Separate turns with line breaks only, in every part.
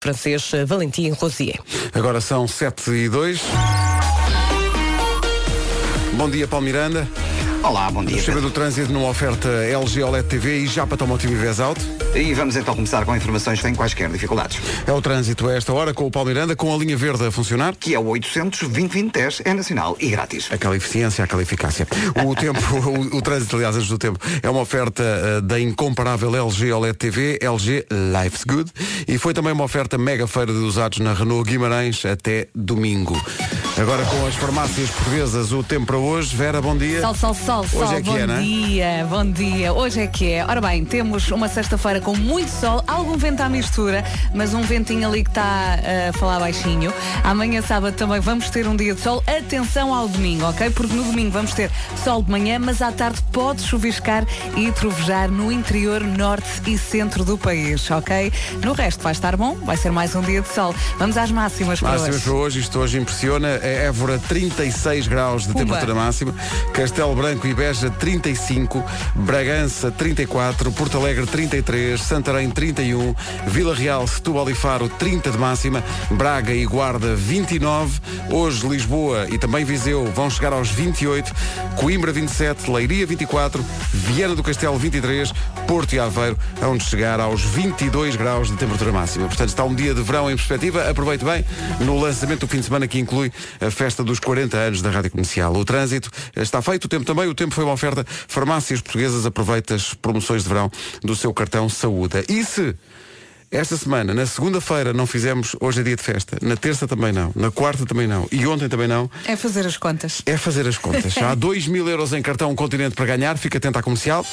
francês eh, Valentin Rosier.
Agora são 7 e 2. Bom dia, Paulo Miranda.
Olá, bom dia.
Chega do trânsito numa oferta LG OLED TV e Japa Automotive e Vesalto.
E vamos então começar com informações sem quaisquer dificuldades.
É o trânsito a esta hora com o Paulo Miranda, com a linha verde a funcionar.
Que é o 800 2010 é nacional e grátis.
Aquela eficiência, aquela eficácia. O tempo, o, o trânsito, aliás, antes do tempo, é uma oferta eh, da incomparável LG OLED TV, LG Life's Good. E foi também uma oferta mega feira de usados na Renault Guimarães até domingo. Agora com as farmácias portuguesas, o tempo para hoje. Vera, bom dia.
Sol, sol, sol, sol.
Hoje é que
bom
é, não é?
dia, bom dia. Hoje é que é. Ora bem, temos uma sexta-feira com muito sol, algum vento à mistura, mas um ventinho ali que está a falar baixinho. Amanhã, sábado, também vamos ter um dia de sol. Atenção ao domingo, ok? Porque no domingo vamos ter sol de manhã, mas à tarde pode chuviscar e trovejar no interior, norte e centro do país, ok? No resto vai estar bom, vai ser mais um dia de sol. Vamos às máximas para
Máximas
hoje.
para hoje, isto hoje impressiona. É Évora, 36 graus de
Pumba.
temperatura máxima. Castelo Branco e Beja, 35. Bragança, 34. Porto Alegre, 33. Santarém, 31. Vila Real, Setúbal e Faro, 30 de máxima. Braga e Guarda, 29. Hoje, Lisboa e também Viseu vão chegar aos 28. Coimbra, 27. Leiria, 24. Viana do Castelo, 23. Porto e Aveiro, onde chegar aos 22 graus de temperatura máxima. Portanto, está um dia de verão em perspectiva. Aproveite bem no lançamento do fim de semana que inclui a festa dos 40 anos da Rádio Comercial. O trânsito está feito, o tempo também. O tempo foi uma oferta. Farmácias portuguesas aproveita as promoções de verão do seu cartão Saúde. E se esta semana, na segunda-feira, não fizemos hoje é dia de festa, na terça também não, na quarta também não e ontem também não,
É fazer as contas.
é fazer as contas. Há 2 mil euros em cartão Continente para ganhar, fica atento à comercial.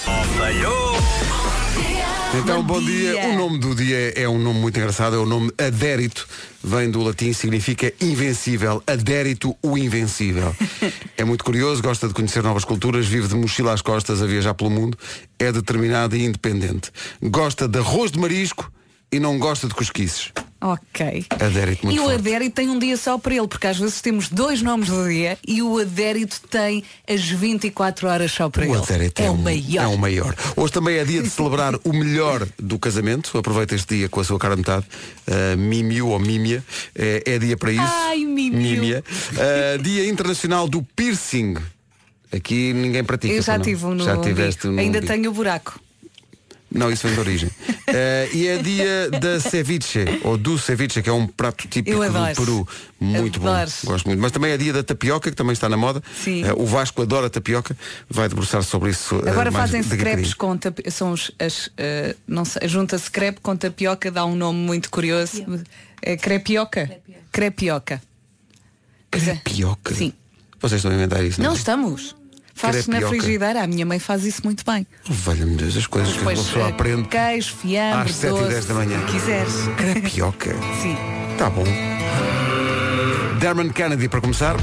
Então, bom,
Bom
dia.
dia.
O nome do dia é um nome muito engraçado, é o nome Adérito. Vem do latim, significa invencível. Adérito, o invencível. é muito curioso, gosta de conhecer novas culturas, vive de mochila às costas a viajar pelo mundo, é determinado e independente. Gosta de arroz de marisco e não gosta de cosquices.
Ok.
Adérito É muito
E o
forte.
adérito tem um dia só para ele, porque às vezes temos dois nomes do dia e o adérito tem as 24 horas só para
O
ele.
Adérito
é
um-
o maior.
É o maior. Hoje também é dia de celebrar o melhor do casamento. Aproveita este dia com a sua cara a metade. Uh, mimiu ou mímia. É, é dia para isso.
Ai, Mimiu.
Mímia. Uh, dia Internacional do Piercing. Aqui ninguém pratica.
Eu já
pois não?
tive um no
é Já tiveste um
umbigo. Ainda
umbigo.
tenho o buraco.
Não, isso vem de origem. Eh, e é dia da ceviche, ou do ceviche, que é um prato típico
Eu
do
adoro.
Peru. Muito
Adoro.
bom. Gosto muito. Mas também é dia da tapioca, que também está na moda.
Sim.
Eh, o Vasco adora tapioca. Vai debruçar sobre isso. eh,
Agora
mais
fazem-se
de
crepes
bocadinho.
com tapioca. São os- as. eh, não sei, junta-se crepe com tapioca, dá um nome muito curioso. É crepioca? Crepioca. Pois é.
Crepioca?
Sim.
Vocês estão a inventar isso, não? é?
Não estamos. Faz-se na
Crepioca.
frigideira. A minha mãe faz isso muito bem.
Oh, Valha-me Deus, as coisas que uma
Depois,
pessoa
eh,
aprende.
Queijo, fiambre,
Às sete e
doce,
dez da manhã.
se Quiseres.
Crepioca.
Sim.
Tá bom. Darren Kennedy para começar.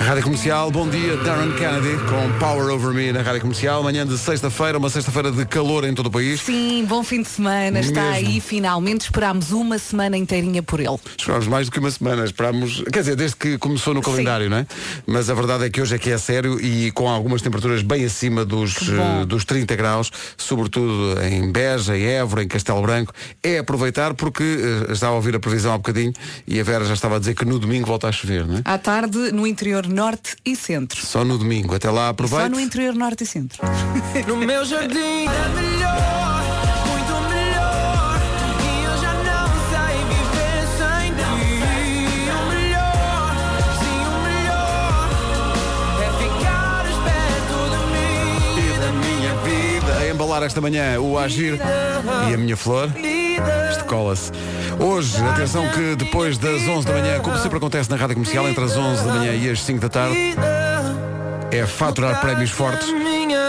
Rádio Comercial, bom dia, Darren Kennedy com Power Over Me na Rádio Comercial. Manhã de sexta-feira, uma sexta-feira de calor em todo o país.
Sim, bom fim de semana, está
Mesmo.
aí finalmente. Esperámos uma semana inteirinha por ele.
Esperámos mais do que uma semana, esperámos, quer dizer, desde que começou no calendário, não é? Mas a verdade é que hoje é que é sério e com algumas temperaturas bem acima dos,
bom.
eh, dos 30 graus, sobretudo em Beja, em Évora, em Castelo Branco, é aproveitar porque eh, estava a ouvir a previsão há bocadinho e a Vera já estava a dizer que no domingo volta a chover, não é?
À tarde, no interior norte e centro.
Só no domingo, até lá aproveite.
Só no interior norte e centro.
No meu jardim é melhor, muito melhor. E eu já não sei viver sem ti. O melhor, sim, o melhor é ficar perto de mim.
E da minha vida. A embalar esta manhã o Agir e a minha flor. Isto cola-se. Hoje, atenção que depois das 11 da manhã, como sempre acontece na Rádio Comercial, entre as 11 da manhã e as 5 da tarde, é faturar prémios fortes.
Minha.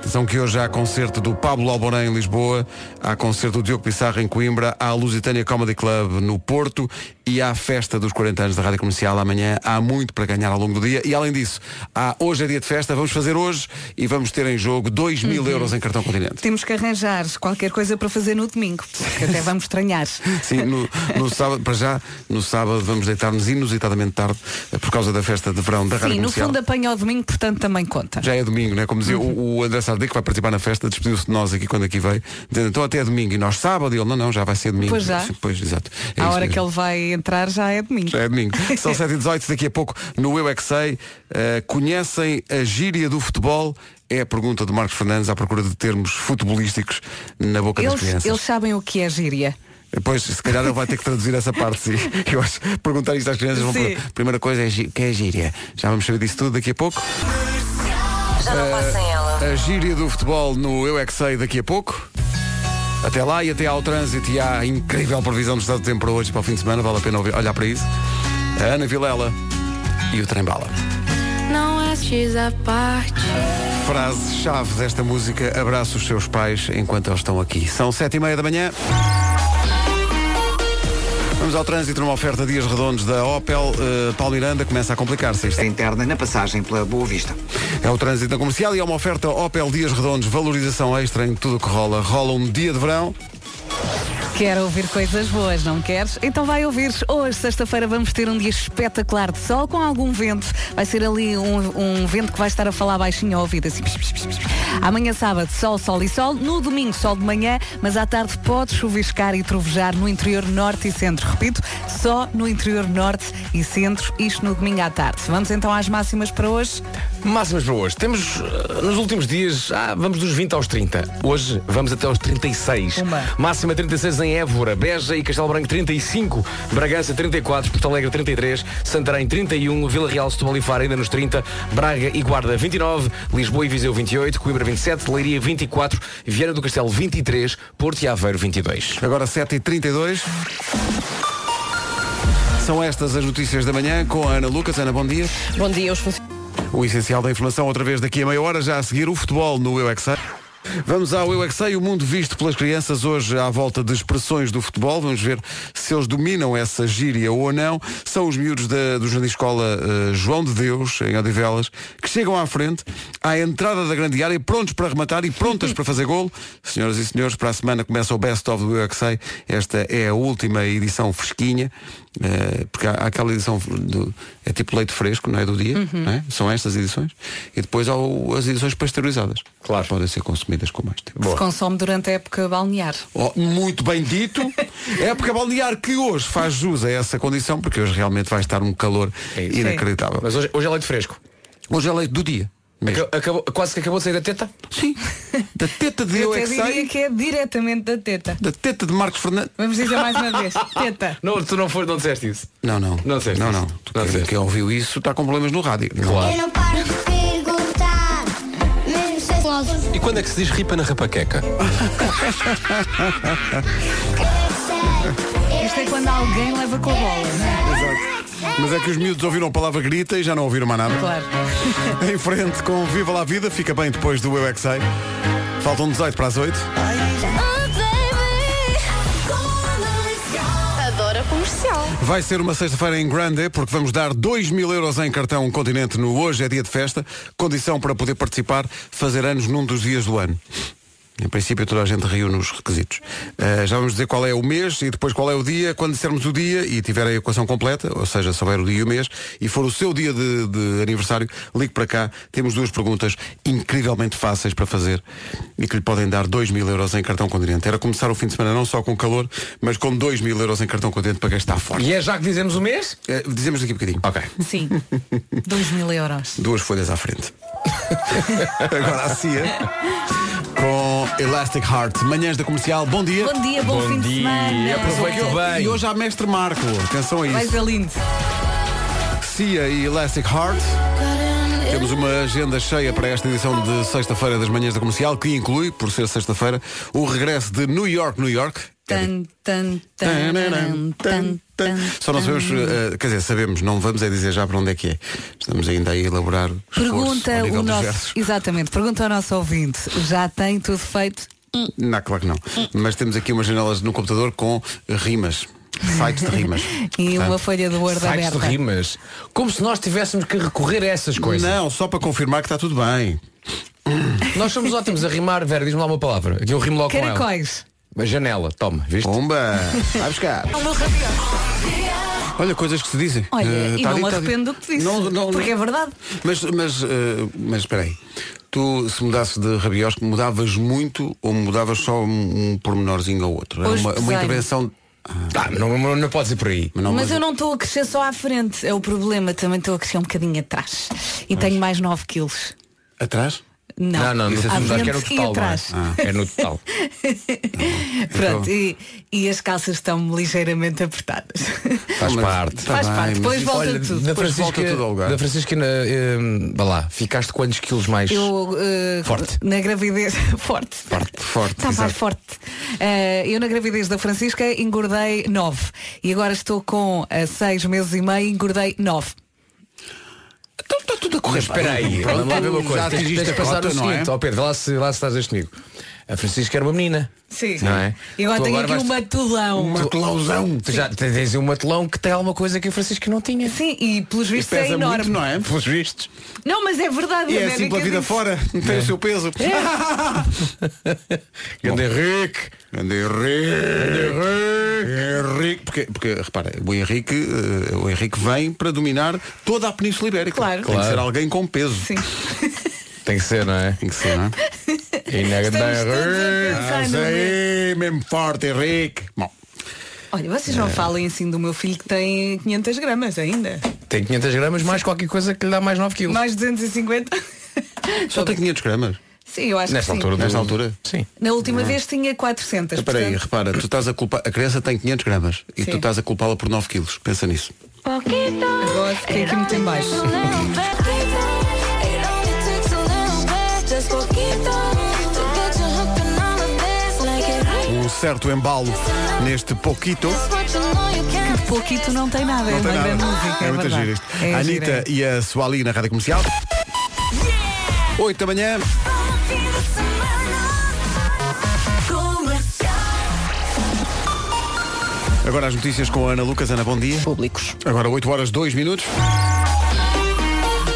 Atenção que hoje há concerto do Pablo Alborém em Lisboa, há concerto do Diogo Pissarro em Coimbra, há a Lusitânia Comedy Club no Porto e há a festa dos 40 anos da Rádio Comercial amanhã. Há muito para ganhar ao longo do dia e além disso, há hoje é dia de festa, vamos fazer hoje e vamos ter em jogo 2
Uhum.
mil euros em cartão continente.
Temos que arranjar qualquer coisa para fazer no domingo, porque até vamos estranhar.
Sim, no, no sábado, para já, no sábado vamos deitar-nos inusitadamente tarde eh, por causa da festa de verão da Rádio
Sim, no
Comercial.
fundo apanha ao domingo, portanto também conta. Uhum.
Já é domingo, né? Como dizia o, o André Sá Jardim, que vai participar na festa, despediu-se de nós aqui quando aqui veio, dizendo, então até domingo, e nós sábado, e ele, não, não, já vai ser domingo.
Pois já.
Pois, exato. É
A
isso
hora
mesmo.
que ele vai entrar já é domingo.
Já é domingo. São 7 e 18 daqui a pouco no Eu É Que Sei. Eh, conhecem a gíria do futebol? É a pergunta de Marcos Fernandes à procura de termos futebolísticos na boca das
Eles,
crianças. Eh,
eles sabem o que é gíria.
Pois, se calhar ele vai ter que traduzir essa parte, sim. Eu acho que perguntar isto às crianças. Vão
Sim.
perguntar. Primeira coisa é gí- o que é a gíria. Já vamos saber disso tudo daqui a pouco.
Já não passa em ela.
A gíria do futebol no Eu É Que Sei daqui a pouco. Até lá e até ao trânsito e à incrível previsão do estado do tempo para hoje, para o fim de semana. Vale a pena ouvir- olhar para isso. A Ana Vilela e o Trembala.
Não assistes a parte.
Frase-chave desta música, abraça os seus pais enquanto eles estão aqui. São sete e meia da manhã. Vamos ao trânsito numa oferta Dias Redondos da Opel. Eh, Paulo Miranda começa a complicar-se isto.
A interna na passagem pela Boa Vista.
É o trânsito na comercial e é uma oferta Opel Dias Redondos, valorização extra em tudo o que rola. Rola um dia de verão.
Quero ouvir coisas boas, não queres? Então vai ouvir. Hoje, sexta-feira, vamos ter um dia espetacular de sol com algum vento. Vai ser ali um, um vento que vai estar a falar baixinho ao ouvido, assim. pis, pis, pis, pis. Amanhã, sábado, sol, sol e sol. No domingo, sol de manhã, mas à tarde pode chuviscar e trovejar no interior norte e centro. Repito, só no interior norte e centro, isto no domingo à tarde. Vamos então às máximas para hoje.
Máximas para hoje. Temos, eh, nos últimos dias, ah, vamos dos 20 aos 30. Hoje vamos até aos 36.
Uma.
Máxima 36 em Évora, Beja e Castelo Branco 35, Bragança 34, Porto Alegre 33, Santarém 31, Vila Real, Setúbal e Faro ainda nos 30, Braga e Guarda 29, Lisboa e Viseu 28, Coimbra 27, Leiria 24, Vieira do Castelo 23, Porto e Aveiro 22.
Agora 7h32. São estas as notícias da manhã com a Ana Lucas. Ana, bom dia.
Bom dia, os funcionários.
O essencial da informação, outra vez daqui a meia hora, já a seguir o futebol no Eu É Que Sei. Vamos ao Eu É Que Sei, o mundo visto pelas crianças hoje à volta de expressões do futebol. Vamos ver se eles dominam essa gíria ou não. São os miúdos da, do Jardim Escola eh, João de Deus, em Odivelas, que chegam à frente, à entrada da grande área, prontos para rematar e prontas para fazer golo. Senhoras e senhores, para a semana começa o Best of do Eu É Que Sei. Esta é a última edição fresquinha, eh, porque há, há aquela edição do, é tipo leite fresco, não é do dia, não é? são estas edições. E depois há o- as edições pasteurizadas.
Claro.
Podem ser consumidas com mais tempo.
Se consome durante a época balnear.
Oh, muito bem dito. É porque a balnear que hoje faz jus a essa condição, porque hoje realmente vai estar um calor
É isso.
inacreditável.
Mas hoje, hoje é leite fresco.
Hoje é leite do dia. mesmo.
Acabou- acabou- quase que acabou de sair da teta.
Sim. Da teta de eu
Eu
é
até
que
diria
sei.
que é diretamente da teta.
Da teta de Marcos Fernandes.
Vamos dizer mais uma vez. Teta.
Não, tu não, foi, não disseste isso.
Não, não.
Não disseste
Não,
isso.
não.
Não
Quem,
disseste.
quem ouviu isso está com problemas no rádio. é? Claro.
Eu não paro de perguntar, mesmo sem
E quando é que se diz ripa na rapaqueca?
Isto é quando alguém leva com a bola, não é?
Mas é que os miúdos ouviram a palavra grita e já não ouviram mais nada.
Claro.
Em frente com Viva lá a Vida, fica bem depois do Eu é Que Sei. Faltam 18 para as 8.
Adora comercial.
Vai ser uma sexta-feira em grande, porque vamos dar 2 mil euros em cartão continente no Hoje é Dia de Festa. Condição para poder participar, fazer anos num dos dias do ano. Em princípio, toda a gente riu nos requisitos. Ah, já vamos dizer qual é o mês e depois qual é o dia. Quando dissermos o dia e tiver a equação completa, ou seja, souber o dia e o mês, e for o seu dia de, de aniversário, ligue para cá. Temos duas perguntas incrivelmente fáceis para fazer e que lhe podem dar 2 mil euros em cartão continente. Era começar o fim de semana não só com calor, mas com 2 mil euros em cartão continente para gastar forte.
E é já que dizemos o mês?
Eh, dizemos daqui a bocadinho.
Ok.
Sim. 2 mil euros.
Duas folhas à frente. Agora a CIA. Com Elastic Heart. Manhãs da comercial. Bom dia.
Bom dia, bom, fim de semana.
Aproveite bem.
E hoje há Mestre Marco. Atenção a
Vai
isso.
ser lindo.
CIA e Elastic Heart. Temos uma agenda cheia para esta edição de sexta-feira das manhãs da comercial, que inclui, por ser sexta-feira, o regresso de New York, New York.
Tan, tan, tan, tan, tan, tan.
Só não sabemos, eh, quer dizer, sabemos, não vamos é dizer já para onde é que é. Estamos ainda a elaborar o esforço
Pergunta
ao nível
o
dos
nosso.
versos.
Exatamente, pergunta ao nosso ouvinte. Já tem tudo feito?
Não, claro que não. Mas temos aqui umas janelas no computador com rimas. Sites de rimas.
E
Portanto,
uma folha de Word
Sites de
aberta.
rimas. Como se nós tivéssemos que recorrer a essas coisas.
Não, só para confirmar que está tudo bem.
Nós somos ótimos a rimar, Vera, diz-me lá uma palavra. Aqui eu rimo logo com ela.
Caracóis.
Oh.
Uma janela, toma, viste?
Bomba! Vai buscar. Olha, coisas que se dizem.
Olha,
Eh,
e
tá dito, tá
não me
dito.
arrependo do que disse.
Não, não,
porque
não.
é verdade.
Mas, mas, eh, mas espera aí. Tu, se mudasses de rabiosco, mudavas muito ou mudavas só um, um pormenorzinho ou outro? Era
Hoje
uma, uma
desenho.
intervenção...
Ah, não, não, não pode ser por aí.
mas eu não estou a crescer só à frente, é o problema, também estou a crescer um bocadinho atrás. E tenho mais 9 quilos.
Atrás?
Não.
não, não,
Isso
não,
é
não, acho que era no
frente e
total.
atrás.
não é? Ah, Então- era no total.
Pronto, e, e as calças estão ligeiramente apertadas.
Faz parte.
Faz parte, depois volta tudo.
Da
Depois
Francisca,
volta tudo ao lugar.
Da Francisca, na, eh, vá lá, ficaste quantos quilos mais?
Eu, eh,
Forte.
Na gravidez. forte.
Forte,
forte.
Está mais forte. Eh, eu na gravidez da Francisca engordei 9 e agora estou com 6 meses e meio e engordei 9.
Está tudo a
Mas espera aí, vamos lá ver uma coisa.
Já
Tens,
atingiste
tens de
a
pensar
cota,
no
não é?
seguinte, ó Pedro, lá se, lá se estás a este comigo. A Francisca era uma menina.
Sim.
Não é?
E agora
Tu
tenho aqui
vais-
um matulão.
Um matulauzão.
Tu já tens um matulão que tem alguma coisa que a Francisca não tinha.
Sim, e pelos vistos é enorme.
não é? Pelos vistos.
Não, mas é verdade.
E
a
é
América
assim pela vida
diz-
fora, tem o seu peso. É.
Grande Henrique.
Grande Henrique. Henrique. Porque, porque repara, o Henrique, eh, o Henrique vem para dominar toda a Península Ibérica. Claro. Tem que
Claro.
ser alguém com peso. Sim.
Tem que ser, não é?
Tem que ser, não é?
E na grande
Estamos todos a
Henrique.
pensar no
Henrique. Mesmo forte, Henrique. Bom,
Olha, vocês
É.
não falem assim do meu filho que tem 500 gramas ainda.
Tem 500 gramas mais qualquer coisa que lhe dá mais 9 quilos.
Mais 250.
só tem 500 gramas.
Sim, eu acho
Nesta
que sim.
altura do-
Nesta altura?
Sim.
Na última vez tinha 400.
Espera aí,
portanto-
repara, tu estás a culpar. A criança tem 500 gramas e tu
Sim.
estás a culpá-la por 9 quilos. Pensa nisso.
Agora fiquei aqui muito em baixo.
Um certo embalo neste Poquito.
Que de pouquito não tem nada, é
Não
uma
tem
grande
nada.
música.
É muito
verdade.
giro isto.
É
a
giro, é.
Anitta e a Suali na Rádio Comercial. 8 da manhã. Agora as notícias com a Ana Lucas. Ana, bom dia.
Públicos.
Agora 8 horas 2 minutos.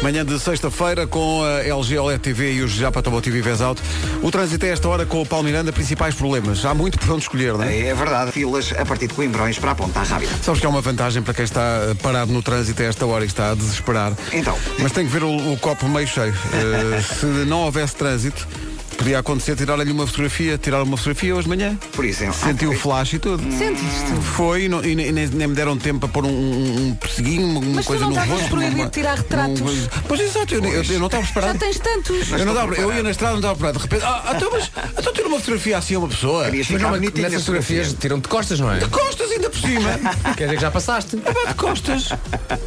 Manhã de sexta-feira com a LG OLED TV e o Japa Tobo TV Vez Alto. O trânsito é esta hora com o Paulo Miranda, principais problemas. Há muito por onde escolher, não é?
É verdade, filas a partir de Coimbrões para a Ponta Rábida.
Sabes que há uma vantagem para quem está eh, parado no trânsito a esta hora e está a desesperar.
Então.
Mas tem que ver o, o copo meio cheio. Eh, se não houvesse trânsito, podia acontecer tirar-lhe uma fotografia, tirar uma fotografia hoje de manhã.
Por isso, Hum. é-
Sentiu o flash e tudo.
Sentiste?
Foi e, não- e nem, nem- nem me deram tempo para pôr um, um, um pesseguinho, uma uma
Mas tu
coisa
não
no
estavas
rosto.
proibido
uma-
de tirar retratos.
um- pois exato, eu, eu- eu não estava
Já
preparado.
tens tantos.
Eu, não estava, eu ia na estrada, não estava preparado. De repente, ah, então, mas, então tirar uma fotografia assim a uma pessoa.
Querias
Mas
ficar
não, mas
bonitinho
nessas
nessa fotografia.
fotografias tiram de costas, não é?
De costas ainda por cima.
Quer dizer que já passaste.
É pá, de costas.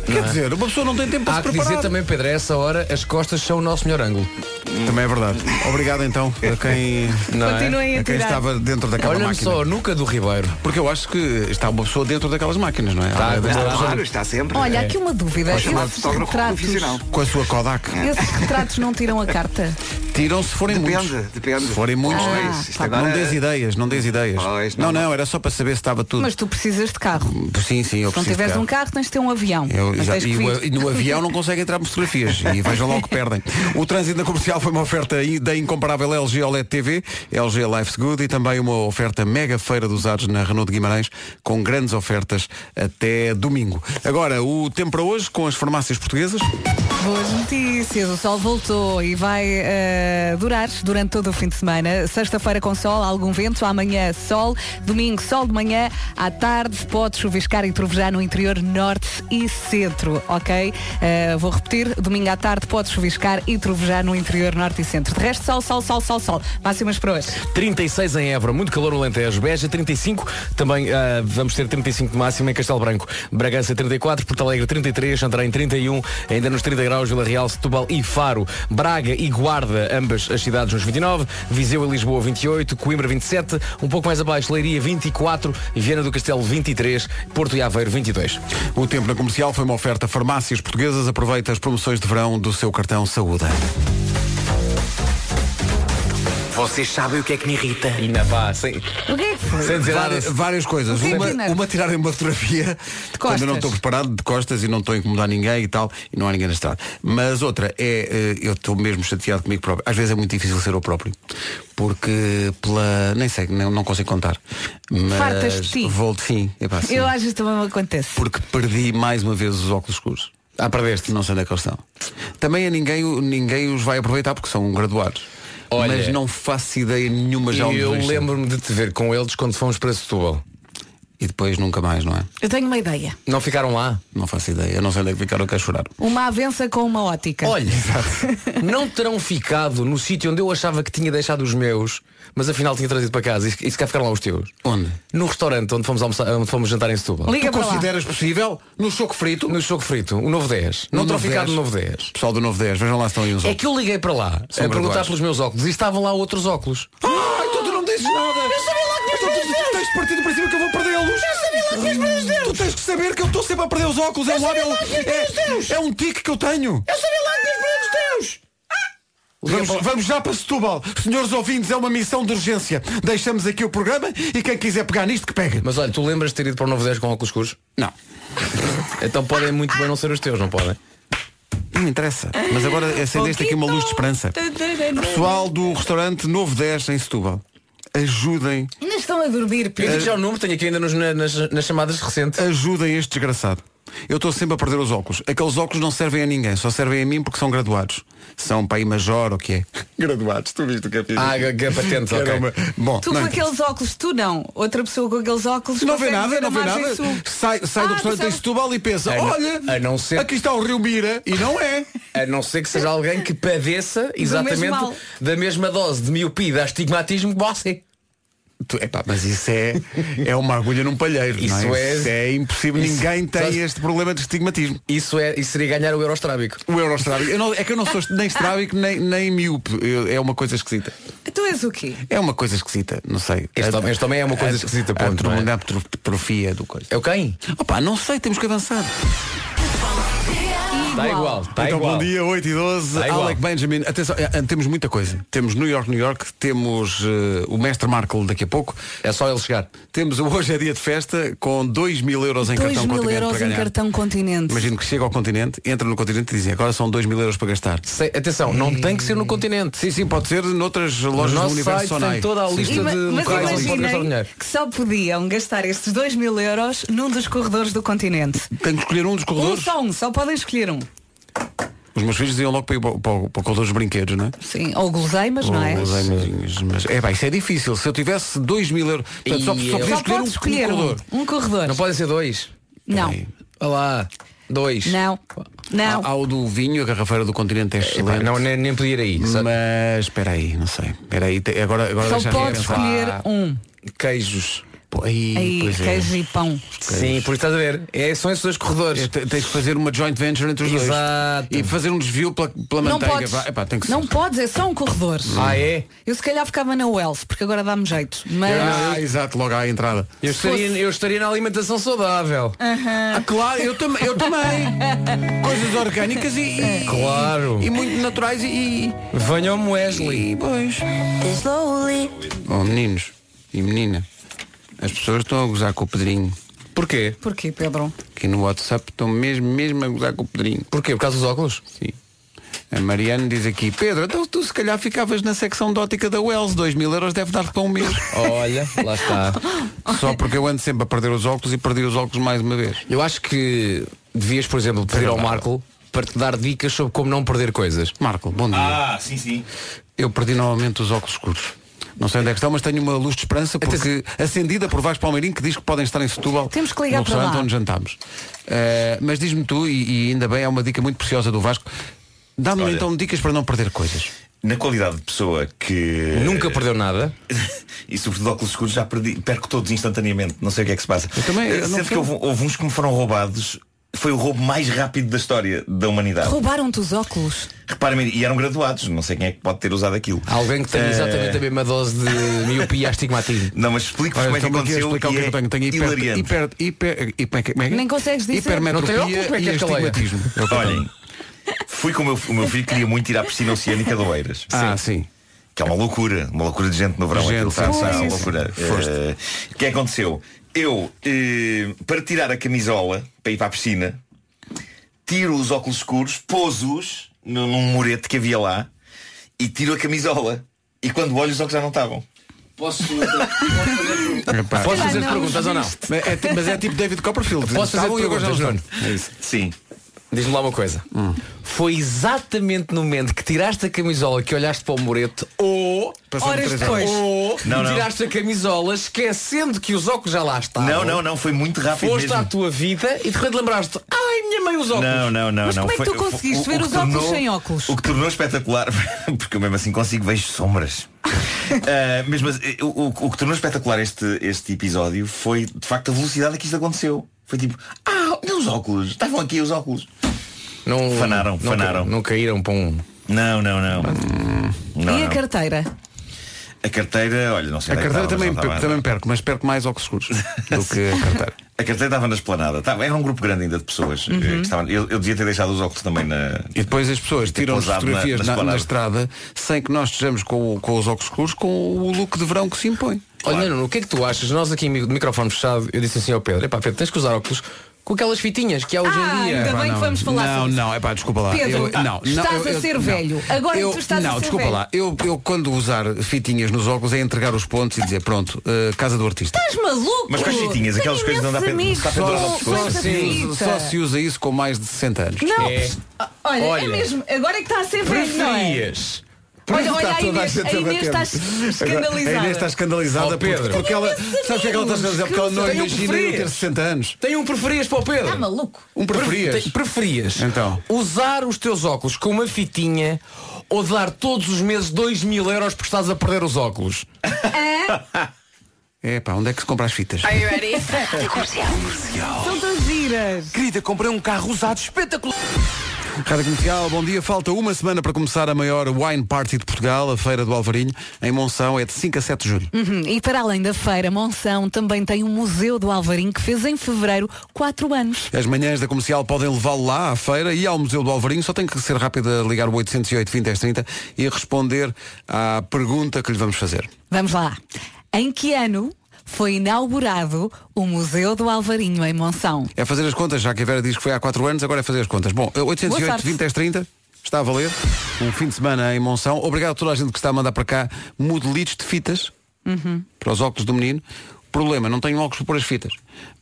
Quer dizer, uma pessoa não tem tempo para
Há
se
que
preparar.
dizer também, Pedro, a essa hora as costas são o nosso melhor ângulo.
Também é verdade. Obrigado então a quem,
Não é?
Continuem a
a quem
tirar.
estava dentro daquela
Olha-me
máquina.
só, a nuca do Ribeiro.
Porque eu acho que está uma pessoa dentro daquelas máquinas, não é?
Tá,
Há-
tá.
Está claro, está sempre.
Olha,
É.
há aqui uma dúvida.
Vou chamar de
Esses
fotógrafo
retratos,
tá.
profissional.
Com a sua Kodak.
esses retratos não tiram a carta?
Tiram se forem
Depende,
muitos.
depende.
Se forem muitos.
Ah,
tá
Pois, isto
não
agora-
dês ideias, não dês ideias.
Pois,
não,
não,
não, era só para saber se estava tudo.
Mas tu precisas de carro.
Sim, sim, eu
Se não
preciso.
tiveres
de
um carro, tens de ter um avião.
Eu,
Mas
já-
tens que
e, o-
vir.
e no avião não consegue entrar por fotografias e vejam logo que perdem. O trânsito na comercial foi uma oferta i- da incomparável LG OLED TV, LG Life's Good e também uma oferta mega feira dos usados na Renault de Guimarães com grandes ofertas até domingo. Agora, o tempo para hoje com as farmácias portuguesas.
Boas notícias, o sol voltou e vai eh, durar durante todo o fim de semana. Sexta-feira com sol, algum vento, amanhã sol, domingo sol de manhã, à tarde pode chuviscar e trovejar no interior norte e centro, ok? Eh, vou repetir, domingo à tarde pode chuviscar e trovejar no interior norte e centro. De resto, sol, sol, sol, sol, sol. Máximas para hoje.
36 em Évora, muito calor no Alentejo. Beja 35, também ah, vamos ter 35 de máximo em Castelo Branco. Bragança 34, Porto Alegre 33, Santarém 31, ainda nos 30 graus Vila Real, Setúbal e Faro. Braga e Guarda, ambas as cidades nos 29, Viseu e Lisboa 28, Coimbra 27, um pouco mais abaixo Leiria 24, Viana do Castelo 23, Porto e Aveiro 22.
O tempo na comercial foi uma oferta farmácias portuguesas. Aproveita as promoções de verão do seu cartão Saúde.
Vocês sabem o que é que me irrita.
Ainda vá, sem,
O que é que foi?
várias, várias coisas.
O que é que
Uma,
primeiro?
uma tirarem uma fotografia quando eu não estou preparado de costas e não estou a incomodar ninguém e tal, e não há ninguém na estrada. Mas outra é, eh, eu estou mesmo chateado comigo próprio. Às vezes é muito difícil ser eu próprio. Porque pela. nem sei, não, não consigo contar.
Fartas
Mas
de ti?
vou de fim. Epá, sim.
Eu acho que também me acontece.
Porque perdi mais uma vez os óculos escuros. Ah, perdeste. Não sei onde é que eles estão. Também a ninguém, ninguém os vai aproveitar porque são graduados.
Olha,
Mas não faço ideia nenhuma já
E
onde
eu
eles estão.
lembro-me de te ver com eles quando fomos para Setúbal.
E depois nunca mais, não é?
Eu tenho uma ideia.
Não ficaram lá?
Não faço ideia. Eu não sei onde é que ficaram que a chorar.
Uma avença com uma ótica.
Olha, não terão ficado no sítio onde eu achava que tinha deixado os meus, mas afinal tinha trazido para casa. E se e se cá ficaram lá os teus?
Onde?
No restaurante onde fomos, almoçar, onde fomos jantar em Setúbal.
tu consideras possível? No choco frito?
No choco frito, o novo 10. Não
No
terão
Novo
ficado
10.
no novo 10.
Pessoal do 910, vejam lá se estão aí uns
É que eu liguei para lá
São
a perguntar
graduados.
pelos meus óculos e estavam lá outros óculos.
Ah, então tu não me dizes nada. Eu sabia lá que tinhas perdido Tens de partir do princípio que eu vou perdê-los. Eu sabia lá que tinhas perdido os dedos. Tu tens que saber que eu estou sempre a perder os óculos. É um hábil. É, é um tique que eu tenho. Eu sabia lá que tinhas perdido os teus. Vamos, vamos já para Setúbal. Senhores ouvintes, é uma missão de urgência. Deixamos aqui o programa e quem quiser pegar nisto que pegue.
Mas olha, tu lembras de ter ido para o novo 10 com óculos escuros?
Não.
Então podem muito bem não ser os teus, não podem?
Não me interessa. Mas agora acendeste aqui uma luz de esperança. Pessoal do restaurante Novo 10 em Setúbal, ajudem,
Ainda estão a dormir,
Eu digo
Pedro.
já o número, tenho aqui ainda nos- na- nas, nas chamadas recentes.
ajudem este desgraçado. Eu estou sempre a perder os óculos. Aqueles óculos não servem a ninguém, só servem a mim porque são graduados. São para ir major ou o que é? Graduados, tu viste o que é
Ah, que- que é patente, ok.
Bom,
Tu
não
com
interessa.
aqueles óculos, tu não. Outra pessoa com aqueles óculos.
Não vê
consegue
nada,
ver
não
a
vê
margem
nada.
sul.
Sai, sai do
Ah,
restaurante em
percebe?
Setúbal e pensa,
A não-
olha,
a não ser-
aqui está o Rio Mira, e não é.
A não ser que seja alguém que padeça
mesmo
exatamente
mal.
da mesma dose de miopia e de astigmatismo que você.
Tu- epá, mas isso é, é uma agulha num palheiro. não
Isso é-
Isso é impossível.
Isso-
Ninguém tem
Sabes-
este problema de estigmatismo.
Isso, é, isso seria ganhar o Eurostrábico.
O eurostrábico. Eu não- é que eu não sou nem estrábico nem, nem miúpe. Eu- É uma coisa esquisita.
Tu Então és o quê?
É uma coisa esquisita, não sei.
Este também- este também é uma coisa
A-
esquisita,
A,
ponto, não é?
a atrofia do coisa.
É o quem?
Opa, não sei, temos que avançar.
Tá
Está Tá igual, está
então,
igual.
bom dia, 8 e 12.
Tá igual.
Alec Benjamin. Atenção, é, é, temos muita coisa. Temos New York, New York. Temos eh, o Mestre Markle daqui a pouco.
É só ele chegar.
Temos o Hoje é Dia de Festa com 2 mil euros em
2
cartão
mil
continente para
euros em
ganhar.
cartão continente.
Imagino que chega ao continente, entra no continente e dizem agora são 2 mil euros para gastar.
Sei- atenção, não tem que ser no continente.
Sim, sim, pode ser noutras
No
lojas do
nosso
universo
site
Sonai.
tem toda a
Sim.
lista
Ima-
de
mas
locais onde pode gastar o
imaginem
dinheiro.
que só podiam gastar estes 2 mil euros num dos corredores do continente.
Tenho que escolher um dos
Um
corredores.
só um, só podem escolher um.
Os meus filhos iam logo para, ir para, para, para o corredor dos brinqueidos, não é?
Sim, ou guloseimas, não é?
Ou os aimazinhos, mas- É pá, isso é difícil. Se eu tivesse 2 mil euros. Portanto, só,
E
só podia
eu-
Só
escolher um,
pode escolher um
corredor.
um corredor.
Não podem ser dois.
Não,
Peraí. Ah,
Olha lá, dois.
não, não.
Há, há o do vinho, a garrafeira do continente é
Epá,
excelente.
não nem, nem podia ir
Hum.
aí. Só-
Mas espera aí, não sei. Espera aí, te- agora, agora
Só
deixa-me
pode
pensar.
escolher
Ah.
um.
Queijos.
Pô, aí,
Aí,
pois é.
queijo e pão.
Sim, por isso estás a ver. É, são esses dois corredores.
É, te- Tens que fazer uma joint venture entre os
Exato.
dois. E fazer um desvio pela, pela
Não
manteiga.
podes.
Vá, epá, tem que ser.
Não podes, é só um corredor.
Ah, é?
Eu se calhar ficava na Wells, porque agora dá-me jeito. Mas
Ah, exato, logo à entrada.
Eu estaria, eu estaria na alimentação saudável.
Ah, claro, eu, tam eu também. Coisas orgânicas e, e-
Claro.
e muito naturais e. e-
Venham-me Wesley.
E pois. Oh, meninos e menina, as pessoas estão a gozar com o Pedrinho.
Porquê?
porquê, Pedro?
Aqui no WhatsApp estão mesmo, mesmo a gozar com o Pedrinho.
Porquê? Por causa dos óculos?
Sim. A Mariana diz aqui, Pedro, então tu se calhar ficavas na secção de ótica da Wells, 2 mil euros deve dar-te para um mês.
Olha, lá está.
Só porque eu ando sempre a perder os óculos e perdi os óculos mais uma vez.
Eu acho que devias, por exemplo, pedir ao Marco para te dar dicas sobre como não perder coisas.
Marco, bom dia.
Ah, sim, sim.
Eu perdi novamente os óculos escuros. Não sei onde é que estão, mas tenho uma luz de esperança
Então,
porque acendida por Vasco Palmeirinho que diz que podem estar em Setúbal
Temos que ligar
no
para
restaurante
lá.
onde jantámos. Eh, mas diz-me tu, e, e ainda bem, é uma dica muito preciosa do Vasco. Dá-me
Olha.
então dicas para não perder coisas.
Na qualidade de pessoa que.
Nunca perdeu nada.
e sobretudo óculos escuros já perdi, perco todos instantaneamente. Não sei o que é que se passa.
Eu também, eu não
Sendo
sei.
que houve, um- houve uns que me foram roubados. Foi o roubo mais rápido da história da humanidade.
Roubaram-te os óculos.
Reparem, e eram graduados. Não sei quem é que pode ter usado aquilo.
Alguém que tem
Eh,
exatamente a mesma dose de miopia e astigmatismo.
Não, mas explico-vos
Olha,
como é que
estou-me aqui a
aconteceu.
explicar o
e
que é que eu
é
tenho. Tenho hiper, hiper,
hilariante.
hiper- hiper- como é que- como é que é?
Nem consegues dizer.
Hipermetropia
Não tem óculos, como é que
e
é que ela é?
astigmatismo. É o que eu tenho.
Olhem, fui com o meu, o meu filho queria muito ir à piscina oceânica do Eiras.
Ah, sim.
Que é uma loucura, uma loucura de gente no verão.
Gente,
Aquilo está está
foste.
uma loucura.
Foste.
Eh, O que aconteceu? Eu, eh, para tirar a camisola, para ir para a piscina, tiro os óculos escuros, pôs-os num num murete que havia lá e tiro a camisola. E quando olho os óculos já não estavam.
Posso,
Epá.
Posso fazer perguntas ou não?
Mas é, ti- mas é tipo David Copperfield.
Posso fazer
Estavam e agora já
perguntas,
não É
Nuno?
estão.
Sim.
Diz-me lá uma coisa.
Hum.
Foi exatamente no momento que tiraste a camisola que olhaste para o Moreto ou
Passou-me
horas
três
depois
horas.
ou
Não, não.
tiraste a camisola esquecendo que os óculos já lá estavam.
Não, não, não, foi muito rápido
Foste
mesmo.
à tua vida e de repente lembraste, ai minha mãe os óculos.
Não, não, não,
Mas
não.
como é que
Foi-
tu conseguiste
o-
ver
o
os
que
óculos
tornou-
sem óculos?
O que tornou espetacular, porque eu mesmo assim consigo vejo sombras. Ah, mesmo assim, o, o- o que tornou espetacular este, este episódio foi de facto a velocidade a que isto aconteceu. Foi tipo, ah, olha os óculos, estavam aqui os óculos.
Não,
fanaram,
não
fanaram.
ca- Não caíram para um.
Não, não, não. Não,
e
não.
a carteira?
A carteira, olha, não sei
A
onde é que
carteira
estava, mas
também,
não
pe-
estava nada.
também perco, mas perco mais óculos escuros do que a carteira.
A carteira estava na esplanada. Estava- era um grupo grande ainda de pessoas.
Uhum.
eh, que estavam- eu, eu devia ter deixado os óculos também na.
E depois as pessoas tiram as
pousado na-
fotografias
na
na, na
esplanada.
estrada sem que nós estejamos com, o- com os óculos escuros com o look de verão que se impõe.
Olha, Nuno, o que é que tu achas? Nós aqui de microfone fechado, eu disse assim ao Pedro, epá Pedro, tens que usar óculos com aquelas fitinhas que há hoje
Ah,
em dia.
Epá, não, Não, não, é pá, desculpa lá.
Pedro,
Eu- não,
estás
não, eu-
a ser
eu- não.
velho. Agora é
Eu-
tu estás
não,
a ser
desculpa
velho.
lá. Eu, eu quando usar fitinhas nos óculos é entregar os pontos e dizer, pronto, eh, casa do artista.
Estás maluco?
Mas quais fitinhas? Aquelas
Tenho
coisas que não dá
imensos
para-
amigos
está
com-
pendurado ao
com
pescoço.
essa
Sim,
fita.
só se usa isso com mais de 60 anos.
Não,
É.
olha,
Olha.
é mesmo. Agora é que está a ser velho, não é? Olha, olha, a Inês, a Inês está escandalizada.
A Inês está escandalizada
Oh, Pedro.
porque, porque ela. Sabe o que é que ela está escandalizada? Porque ela não
Tem um
imagina eu ter
preferias.
60 anos.
Tem um preferias para o Pedro.
Está Tá maluco?
Um preferias.
Pre- Preferias
Então.
usar os teus óculos com uma fitinha ou dar todos os meses 2 mil euros por estás a perder os óculos?
É pá, onde é que se compra as fitas?
Are you ready?
São tão giras.
Querida, comprei um carro usado espetacular. Rádio Comercial, bom dia. Falta uma semana para começar a maior Wine Party de Portugal, a Feira do Alvarinho, em Monção, é de 5 a 7 de julho.
Uhum, E para além da feira, Monção também tem um museu do Alvarinho que fez em fevereiro 4 anos.
As manhãs da comercial podem levá-lo lá à feira e ao Museu do Alvarinho. Só tem que ser rápido a ligar o 808 20 30 e responder à pergunta que lhe vamos fazer.
Vamos lá. Em que ano foi inaugurado o Museu do Alvarinho em Monção?
É fazer as contas, já que a Vera diz que foi há 4 anos, agora é fazer as contas. Bom,
Boa
808
sorte.
20 30 está a valer. Um fim de semana em Monção. Obrigado a toda a gente que está a mandar para cá modelitos de fitas.
Uhum.
para os óculos do menino. Problema, não tenho óculos para pôr as fitas.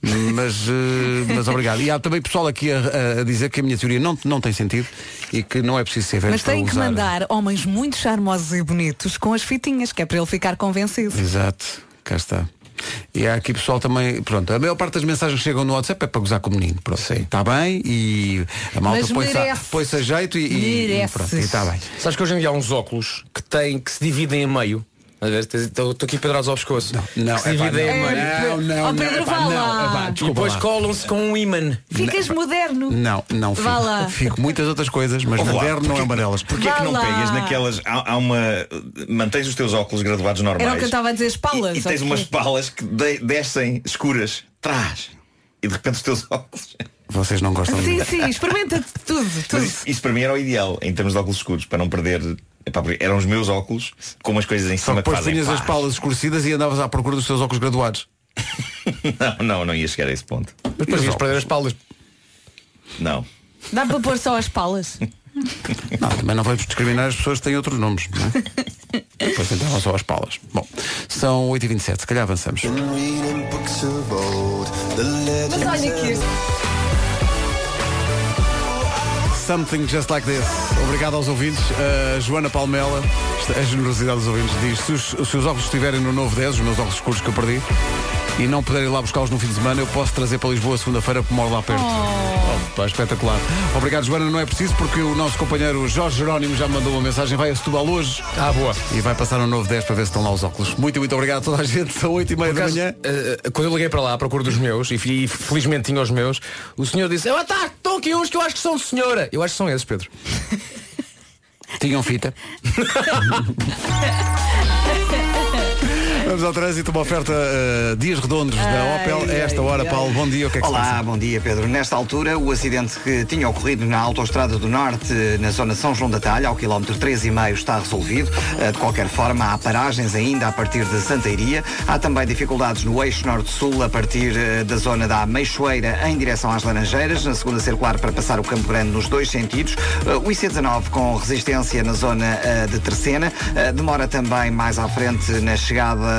Mas, eh, mas obrigado. E há também pessoal aqui a, a dizer que a minha teoria não, não tem sentido e que não é preciso ser velho
Mas
para
tem que
usar.
mandar homens muito charmosos e bonitos com as fitinhas, que é para ele ficar convencido.
Exato, cá está. E há aqui pessoal também, pronto, a maior parte das mensagens que chegam no WhatsApp é para gozar com o menino. Pronto, está bem e a malta
Mas
põe-se a,
mereces.
põe-se a jeito e, e, e
Mereces.
pronto, e está bem.
Sabes que hoje em dia há uns óculos que têm, que se dividem a meio. Estou aqui pedrados ao pescoço.
Não,
que se
epá,
dividem
não,
a meio.
não, não,
Oh,
não,
Pedro,
epá,
vá
não,
lá.
epá,
E
desculpa
depois
lá.
colam-se com um imã.
Ficas moderno.
Não, não fico.
Vá lá.
Fico muitas outras coisas, mas
Olá,
moderno não é
porquê-
uma delas.
Porquê é que
Vá
não
lá.
pegas naquelas. Há, há uma. Mantens os teus óculos graduados normais.
Era o que eu estava a dizer, espalas.
E tens
ok?
umas palas que de- descem escuras, trás. E de repente os teus óculos.
Vocês não gostam
Sim, sim, experimenta tudo,
Mas
tudo.
isso, isso para mim era o ideal, em termos de óculos escuros, para não perder. Epá, porque eram os meus óculos com umas coisas em
Só que
cima que
depois
fazem.
tinhas as
pá.
palas escurecidas e andavas à procura dos teus óculos graduados.
Não, não, não ia chegar a esse ponto.
Mas depois ias perder as palas.
Não.
Dá para pôr só as palas.
Não, também não vamos discriminar as pessoas que têm outros nomes. Não é? depois tentavam só as palas. Bom, são 8h27, se calhar avançamos.
Mas olha que este.
Something just like this. Obrigado aos ouvintes. A Joana Palmela, é a generosidade dos ouvintes, diz: se os, se os óculos estiverem no novo 10, os meus óculos escuros que eu perdi, e não puderem ir lá buscá-los no fim de semana, eu posso trazer para Lisboa segunda-feira, porque moro lá perto. Opa, espetacular. Obrigado, Joana. Não é preciso, porque o nosso companheiro Jorge Jerónimo já me mandou uma mensagem. Vai a Setúbal hoje.
Ah, boa.
E vai passar um novo 10 para ver se estão lá os óculos. Muito, muito obrigado a toda a gente. São 8h30 da manhã.
Eh, eh, quando eu liguei para lá à procura dos meus, e fi- e felizmente tinha os meus, o senhor disse, ah, tá, estão aqui uns que eu acho que são de senhora. Eu acho que são esses, Pedro.
Tinham fita. Vamos ao trânsito, uma oferta eh, Dias Redondos da Opel. A esta hora, Paulo, bom dia, o que é que se
Olá,
passa?
bom dia, Pedro. Nesta altura, o acidente que tinha ocorrido na Autostrada do Norte, na zona São João da Talha, ao quilómetro 3,5, está resolvido. Eh, De qualquer forma, há paragens ainda a partir de Santa Iria. Há também dificuldades no eixo norte-sul, a partir eh, da zona da Meixoeira, em direção às Laranjeiras, na segunda circular para passar o Campo Grande nos dois sentidos. Eh, O IC19 com resistência na zona eh, de Tercena. Eh, Demora também mais à frente na chegada eh,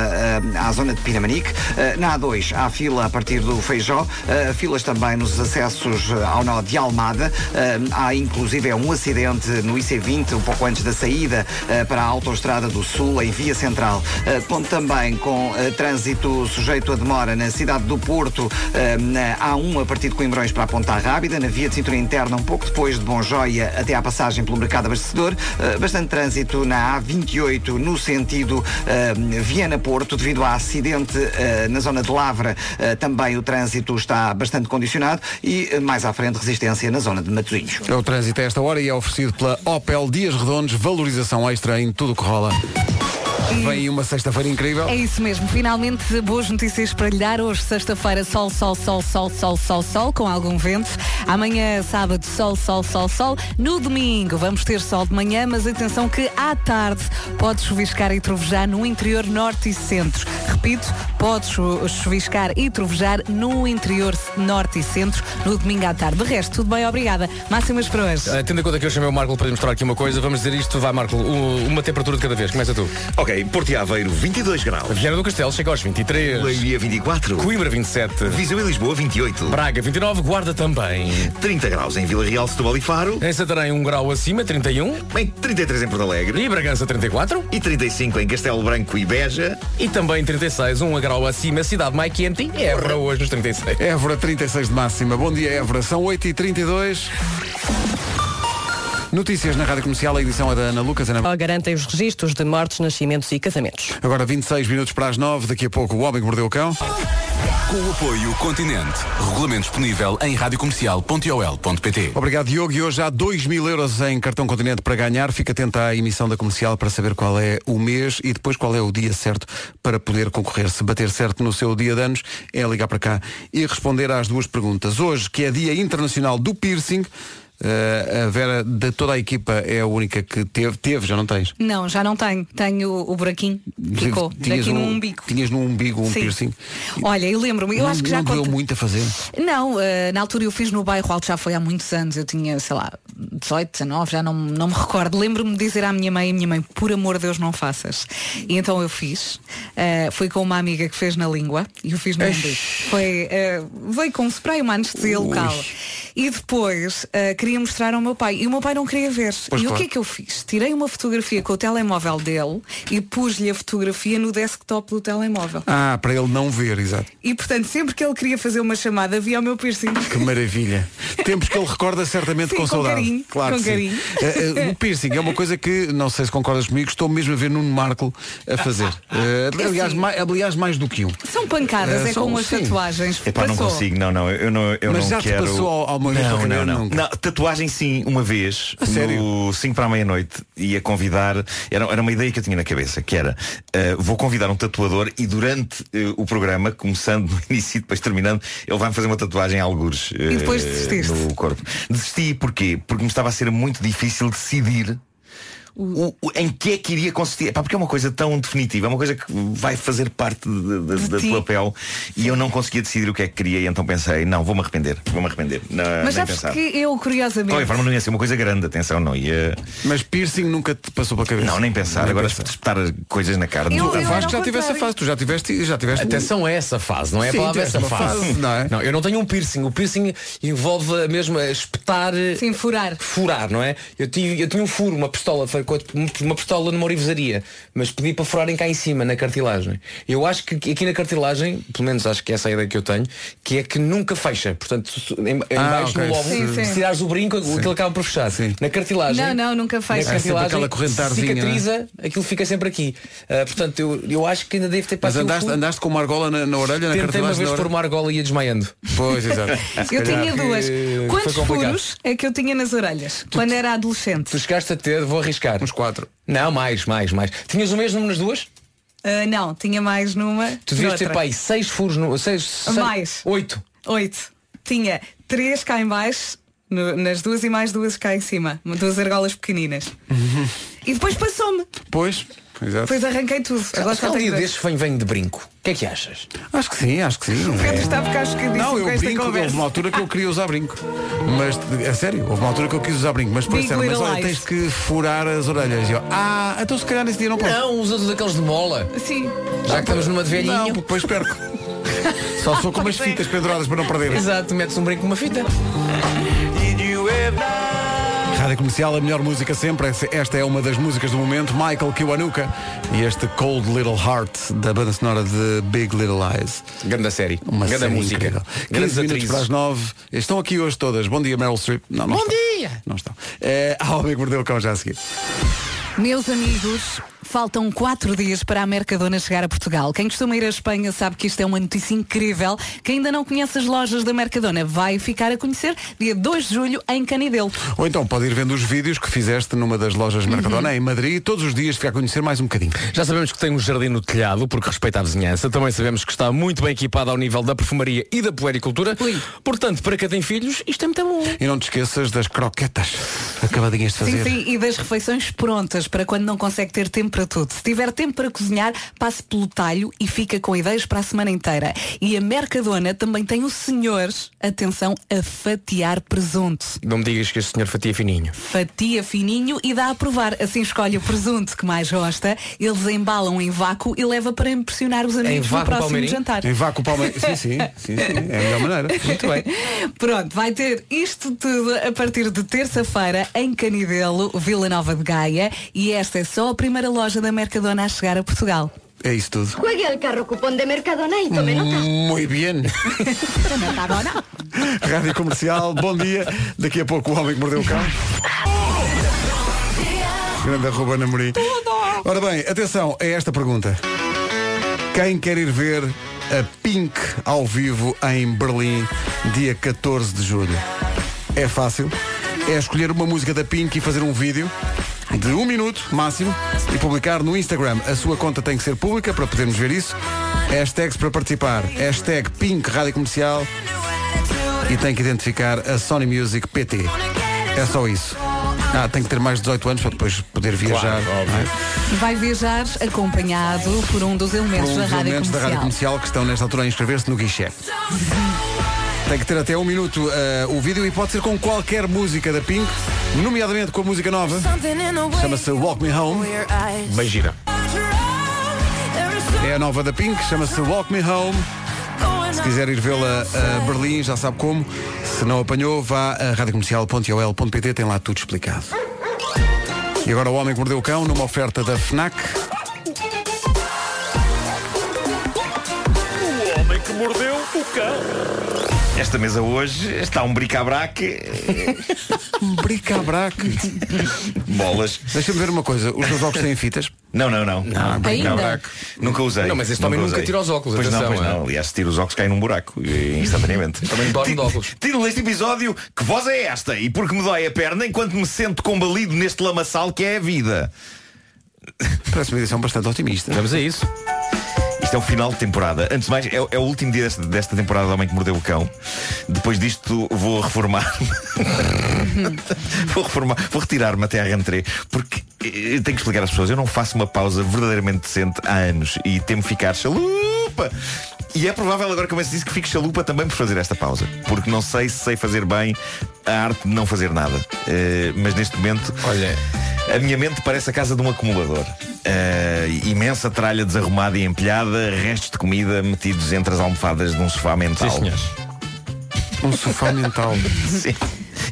à zona de Pinamanique. Eh, Na A2 há fila a partir do Feijó, eh, filas também nos acessos eh, ao nó de Almada. Eh, Há inclusive um acidente no IC20, um pouco antes da saída eh, para a Autostrada do Sul, em Via Central. Eh, Conto também com eh, trânsito sujeito a demora na cidade do Porto, eh, na A1 a partir de Coimbrões para a Ponta Rábida, na via de cintura interna, um pouco depois de Bonjoia até à passagem pelo mercado abastecedor. Eh, Bastante trânsito na A28 no sentido eh, Viena-Porto, devido a acidente eh, na zona de Lavra. eh, Também o trânsito está bastante condicionado e eh, mais à frente resistência na zona de Matosinhos.
É o trânsito a esta hora e é oferecido pela Opel Dias Redondos, valorização extra em tudo o que rola. Vem aí uma sexta-feira incrível.
É isso mesmo, finalmente boas notícias para lhe dar. Hoje, sexta-feira, sol, sol, sol, sol, sol, sol, sol, com algum vento. Amanhã, sábado, sol, sol, sol, sol. No domingo, vamos ter sol de manhã, mas atenção que à tarde pode chuviscar e trovejar no interior norte e centro. Repito, pode chu- chuviscar e trovejar no interior norte e centro no domingo à tarde. De resto, tudo bem, obrigada. Máximas para hoje.
Eh, Tendo em conta que eu chamei o Marco para lhe mostrar aqui uma coisa, vamos dizer isto, vai Marco, u- uma temperatura de cada vez, começa tu.
Ok, Porto e Aveiro, 22 graus.
Viana do Castelo chega aos 23.
Leiria 24.
Coimbra 27.
Viseu e Lisboa 28.
Braga 29, Guarda também.
30 graus em Vila Real, Setúbal e Faro.
Em Santarém 1 grau acima, 31.
Bem, 33 em Porto Alegre.
E Bragança 34.
E 35 em Castelo Branco e Beja.
E também 36, 1 grau acima, cidade mais quente e Évora hoje nos 36.
Évora, 36 de máxima. Bom dia, Évora. São 8h32. Notícias na Rádio Comercial, a edição é da Ana Lucas. Ana...
Só garantem os registros de mortes, nascimentos e casamentos.
Agora 26 minutos para as 9, daqui a pouco o Homem que Mordeu o Cão.
Com o apoio Continente. Regulamento disponível em radiocomercial.ol.pt
Obrigado, Diogo. E hoje há 2 mil euros em cartão continente para ganhar. Fica atento à emissão da comercial para saber qual é o mês e depois qual é o dia certo para poder concorrer. Se bater certo no seu dia de anos, é ligar para cá e responder às duas perguntas. Hoje, que é Dia Internacional do Piercing, eh, a Vera de toda a equipa é a única que teve. Teve, já não tens?
Não, já não tenho. Tenho o buraquinho. Ficou.
Tinhas um-
Daqui no umbigo.
Tinhas no umbigo um
Sim.
piercing.
Olha, eu lembro-me, eu
não,
acho que
não
já
doeu
contei-
muito a fazer.
Não, eh, na altura eu fiz no bairro alto, já foi há muitos anos, eu tinha, sei lá, 18, 19, já não, não me recordo. Lembro-me de dizer à minha mãe, minha mãe, por amor de Deus, não faças. E então eu fiz, eh, fui com uma amiga que fez na língua e eu fiz no umbigo. Foi, eh, veio com um spray, uma anestesia local. E depois eh, queria mostrar ao meu pai e o meu pai não queria ver.
Pois
e o
claro.
que é que eu fiz? Tirei uma fotografia com o telemóvel dele e pus-lhe a fotografia no desktop do telemóvel.
Ah, para ele não ver, exato.
E portanto, sempre que ele queria fazer uma chamada, via o meu piercing.
Que maravilha. Tempos que ele recorda certamente
Sim,
com
com
saudade.
carinho,
claro
com
que sim.
carinho.
Eh, eh, o piercing é uma coisa que, não sei se concordas comigo, estou mesmo a ver Nuno Marco a fazer. Eh,
É
aliás,
assim.
mai- aliás, mais do que um.
São pancadas,
Eh,
é
são-
como as
sim.
tatuagens.
Epá, não
Passou.
consigo, não, não, eu não, eu
Mas
não
já te
quero.
passou al- alguma vez
não,
para
não,
querer?
não,
Nunca.
Não, Tatuagem sim, uma vez,
A sério?
no 5 para a meia-noite, ia convidar, era, era uma ideia que eu tinha na cabeça, que era eh, vou convidar um tatuador e durante eh, o programa, começando no início e depois terminando, ele vai-me fazer uma tatuagem a algures
E depois
eh,
desististe?
no corpo. Desisti porquê? Porque me estava a ser muito difícil decidir o- o- em que é que iria consistir? Pá, porque é uma coisa tão definitiva, é uma coisa que vai fazer parte de- de-
De
da
ti.
tua pele e eu não conseguia decidir o que é que queria e então pensei, não, vou-me arrepender, vou-me arrepender. Não,
Mas
nem
sabes
pensar.
que eu,
De
curiosamente.
qualquer forma não ia ser uma coisa grande, atenção, não ia.
Mas piercing nunca te passou pela cabeça.
Não, nem pensar. Agora se espetar coisas na carne.
tu Vasco, já tiveste essa fase, tu já tiveste, já tiveste. um.
Atenção a essa fase, não é
Sim,
a palavra
tiveste
essa
uma
fase.
fase, não é?
eu não tenho um piercing. O piercing envolve mesmo a espetar.
Sim, furar.
Furar, não é? Eu, tive, eu tinha um furo, uma pistola, foi com- uma pistola numa orivesaria, mas pedi para furarem cá em cima, na cartilagem. Eu acho que aqui na cartilagem, pelo menos acho que essa é a ideia que eu tenho, que é que nunca fecha. Portanto, se- em, em
Ah,
baixo
ok.
no lobo,
Sim, sim.
se tirares o brinco, aquilo acaba por fechar. Na cartilagem.
Não, não, nunca faz.
Na cartilagem,
É aquela correntarzinha, é?
cicatriza, aquilo fica sempre aqui. Ah, portanto, eu, eu acho que ainda devo ter
Mas
passado. um
um
andaste, andaste com uma argola na, na orelha, na
Tentei uma
cartilagem
vez
na
pôr
orelha?
uma argola e ia desmaiando.
Pois, exato. Ah, Se
Eu
calhar
tinha
que
duas.
foi
Quantos
complicado.
furos é que eu tinha nas orelhas? Quando era adolescente?
Tu chegaste a ter, vou arriscar. Uns
quatro.
Não, mais, mais, mais. Tinhas o mesmo nas duas?
Ah, não, tinha mais numa.
Tu devias ter
noutra.
para aí seis furos no. Seis, seis-
Mais.
Oito.
Oito. Tinha três cá em baixo, no- nas duas e mais duas cá em cima. Duas argolas pequeninas. E depois passou-me.
Pois, exato.
Depois arranquei tudo. Agora
Se
só
um
tenho
dia
dois.
destes vem, vem de brinco. O que é que achas?
Acho que sim, acho que sim.
Pedro está a ficar chocadíssimo
Não, eu
com esta
brinco,
conversa.
houve uma altura que eu queria usar brinco. Mas, a sério, houve uma altura que eu quis usar brinco, mas depois
Big
disseram, mas
Little
olha,
Lies.
tens que furar as orelhas. E eu, ah, então se calhar nesse dia não posso.
Não, usa daqueles de mola.
Sim.
Já que estamos numa de velhinho.
Não, porque depois perco. Só sou com umas fitas penduradas para não perder.
Exato, metes um brinco com uma fita.
Rádio Comercial, a melhor música sempre. Essa- Esta é uma das músicas do momento. Michael Kiwanuka e este Cold Little Heart da banda sonora de Big Little Eyes.
Grande série.
Uma
Grande
série
música.
incrível.
Grandes
15 minutos
atrizes.
para as 9. Estão aqui hoje todas. Bom dia, Meryl Streep. Não, não
Bom
estão.
dia!
Não estão. É, a Homem que Mordeu o Cão já a seguir.
Meus amigos, faltam quatro dias para a Mercadona chegar a Portugal. Quem costuma ir à Espanha sabe que isto é uma notícia incrível. Quem ainda não conhece as lojas da Mercadona vai ficar a conhecer dia 2 de julho em Canidelo.
Ou então pode ir vendo os vídeos que fizeste numa das lojas Mercadona em Madrid todos os dias ficar a conhecer mais um bocadinho.
Já sabemos que tem um jardim no telhado, porque respeita a vizinhança. Também sabemos que está muito bem equipada ao nível da perfumaria e da puericultura. Portanto, para quem tem filhos, isto é muito bom.
E não te esqueças das croquetas acabadinhas de
Sim,
fazer.
sim, e das refeições prontas para quando não consegue ter tempo para tudo. Se tiver tempo para cozinhar, passe pelo talho e fica com ideias para a semana inteira. E a Mercadona também tem o senhor, atenção, a fatiar presunto.
Não me digas que este senhor fatia fininho.
Fatia fininho e dá a provar. Assim escolhe o presunto que mais gosta, eles embalam em vácuo e leva para impressionar os amigos no próximo jantar.
Em vácuo palmeirinho. Sim, sim, sim, sim. É a melhor maneira.
Pronto, vai ter isto tudo a partir de terça-feira em Canidelo, Vila Nova de Gaia. E esta é só a primeira loja da Mercadona a chegar a Portugal.
É isso tudo.
Juegue al carro cupón de Mercadona y tome nota.
Muito bem.
Mercadona.
Rádio Comercial, bom dia. Daqui a pouco o homem que mordeu o cão. Grande arroba Ana Morim. Ora bem, atenção a esta pergunta. Quem quer ir ver a Pink ao vivo em Berlim, dia 14 de julho? É fácil. É escolher uma música da Pink e fazer um vídeo de um minuto máximo e publicar no Instagram. A sua conta tem que ser pública para podermos ver isso. Hashtags para participar. Hashtag Pink Rádio Comercial e tem que identificar a Sony Music PT. É só isso. Ah, tem que ter mais de 18 anos para depois poder viajar. não é?
Vai viajar acompanhado por um dos
Por
elementos,
um
da,
dos
rádio
elementos da rádio
comercial.
comercial que estão nesta altura a inscrever-se no guichê. Tem que ter até um minuto eh, o vídeo e pode ser com qualquer música da Pink, nomeadamente com a música nova. Chama-se Walk Me Home.
Bem gira.
É a nova da Pink, chama-se Walk Me Home. Hum. Se quiser ir vê-la a Berlim, já sabe como. Se não apanhou, vá a radiocomercial.ol.pt, tem lá tudo explicado. E agora o Homem que Mordeu o Cão, numa oferta da FNAC.
O homem que mordeu o cão.
Esta mesa hoje está um eh, bricabraque.
Um bricabraque.
Bolas.
Deixa-me ver uma coisa, os meus óculos têm fitas?
Não, não, não. Não,
Ainda?
Nunca usei.
Não, mas este homem nunca
usei.
tira os óculos,
Pois não,
atenção,
pois
é?
não. Aliás, se tira os óculos, cai num buraco eh, instantaneamente. Também dorme de óculos. Tiro deste episódio que voz é esta e porque me dói a perna enquanto me sento combalido neste lamaçal que é a vida.
Parece uma edição bastante otimista.
Vamos a isso.
Isto é o final de temporada. Antes de mais, é, é o último dia desta, desta temporada do Homem que Mordeu o Cão. Depois disto vou reformar. vou reformar, vou retirar-me até à rentrée. Porque eh, eu tenho que explicar às pessoas, eu não faço uma pausa verdadeiramente decente há anos e temo ficar chalupa. E é provável agora que eu me disse que fico chalupa também por fazer esta pausa. Porque não sei se sei fazer bem a arte de não fazer nada. Eh, mas neste momento. Olha. A minha mente parece a casa de um acumulador. Eh, imensa tralha desarrumada e empilhada, restos de comida metidos entre as almofadas de um sofá mental.
Um sofá mental.
Sim.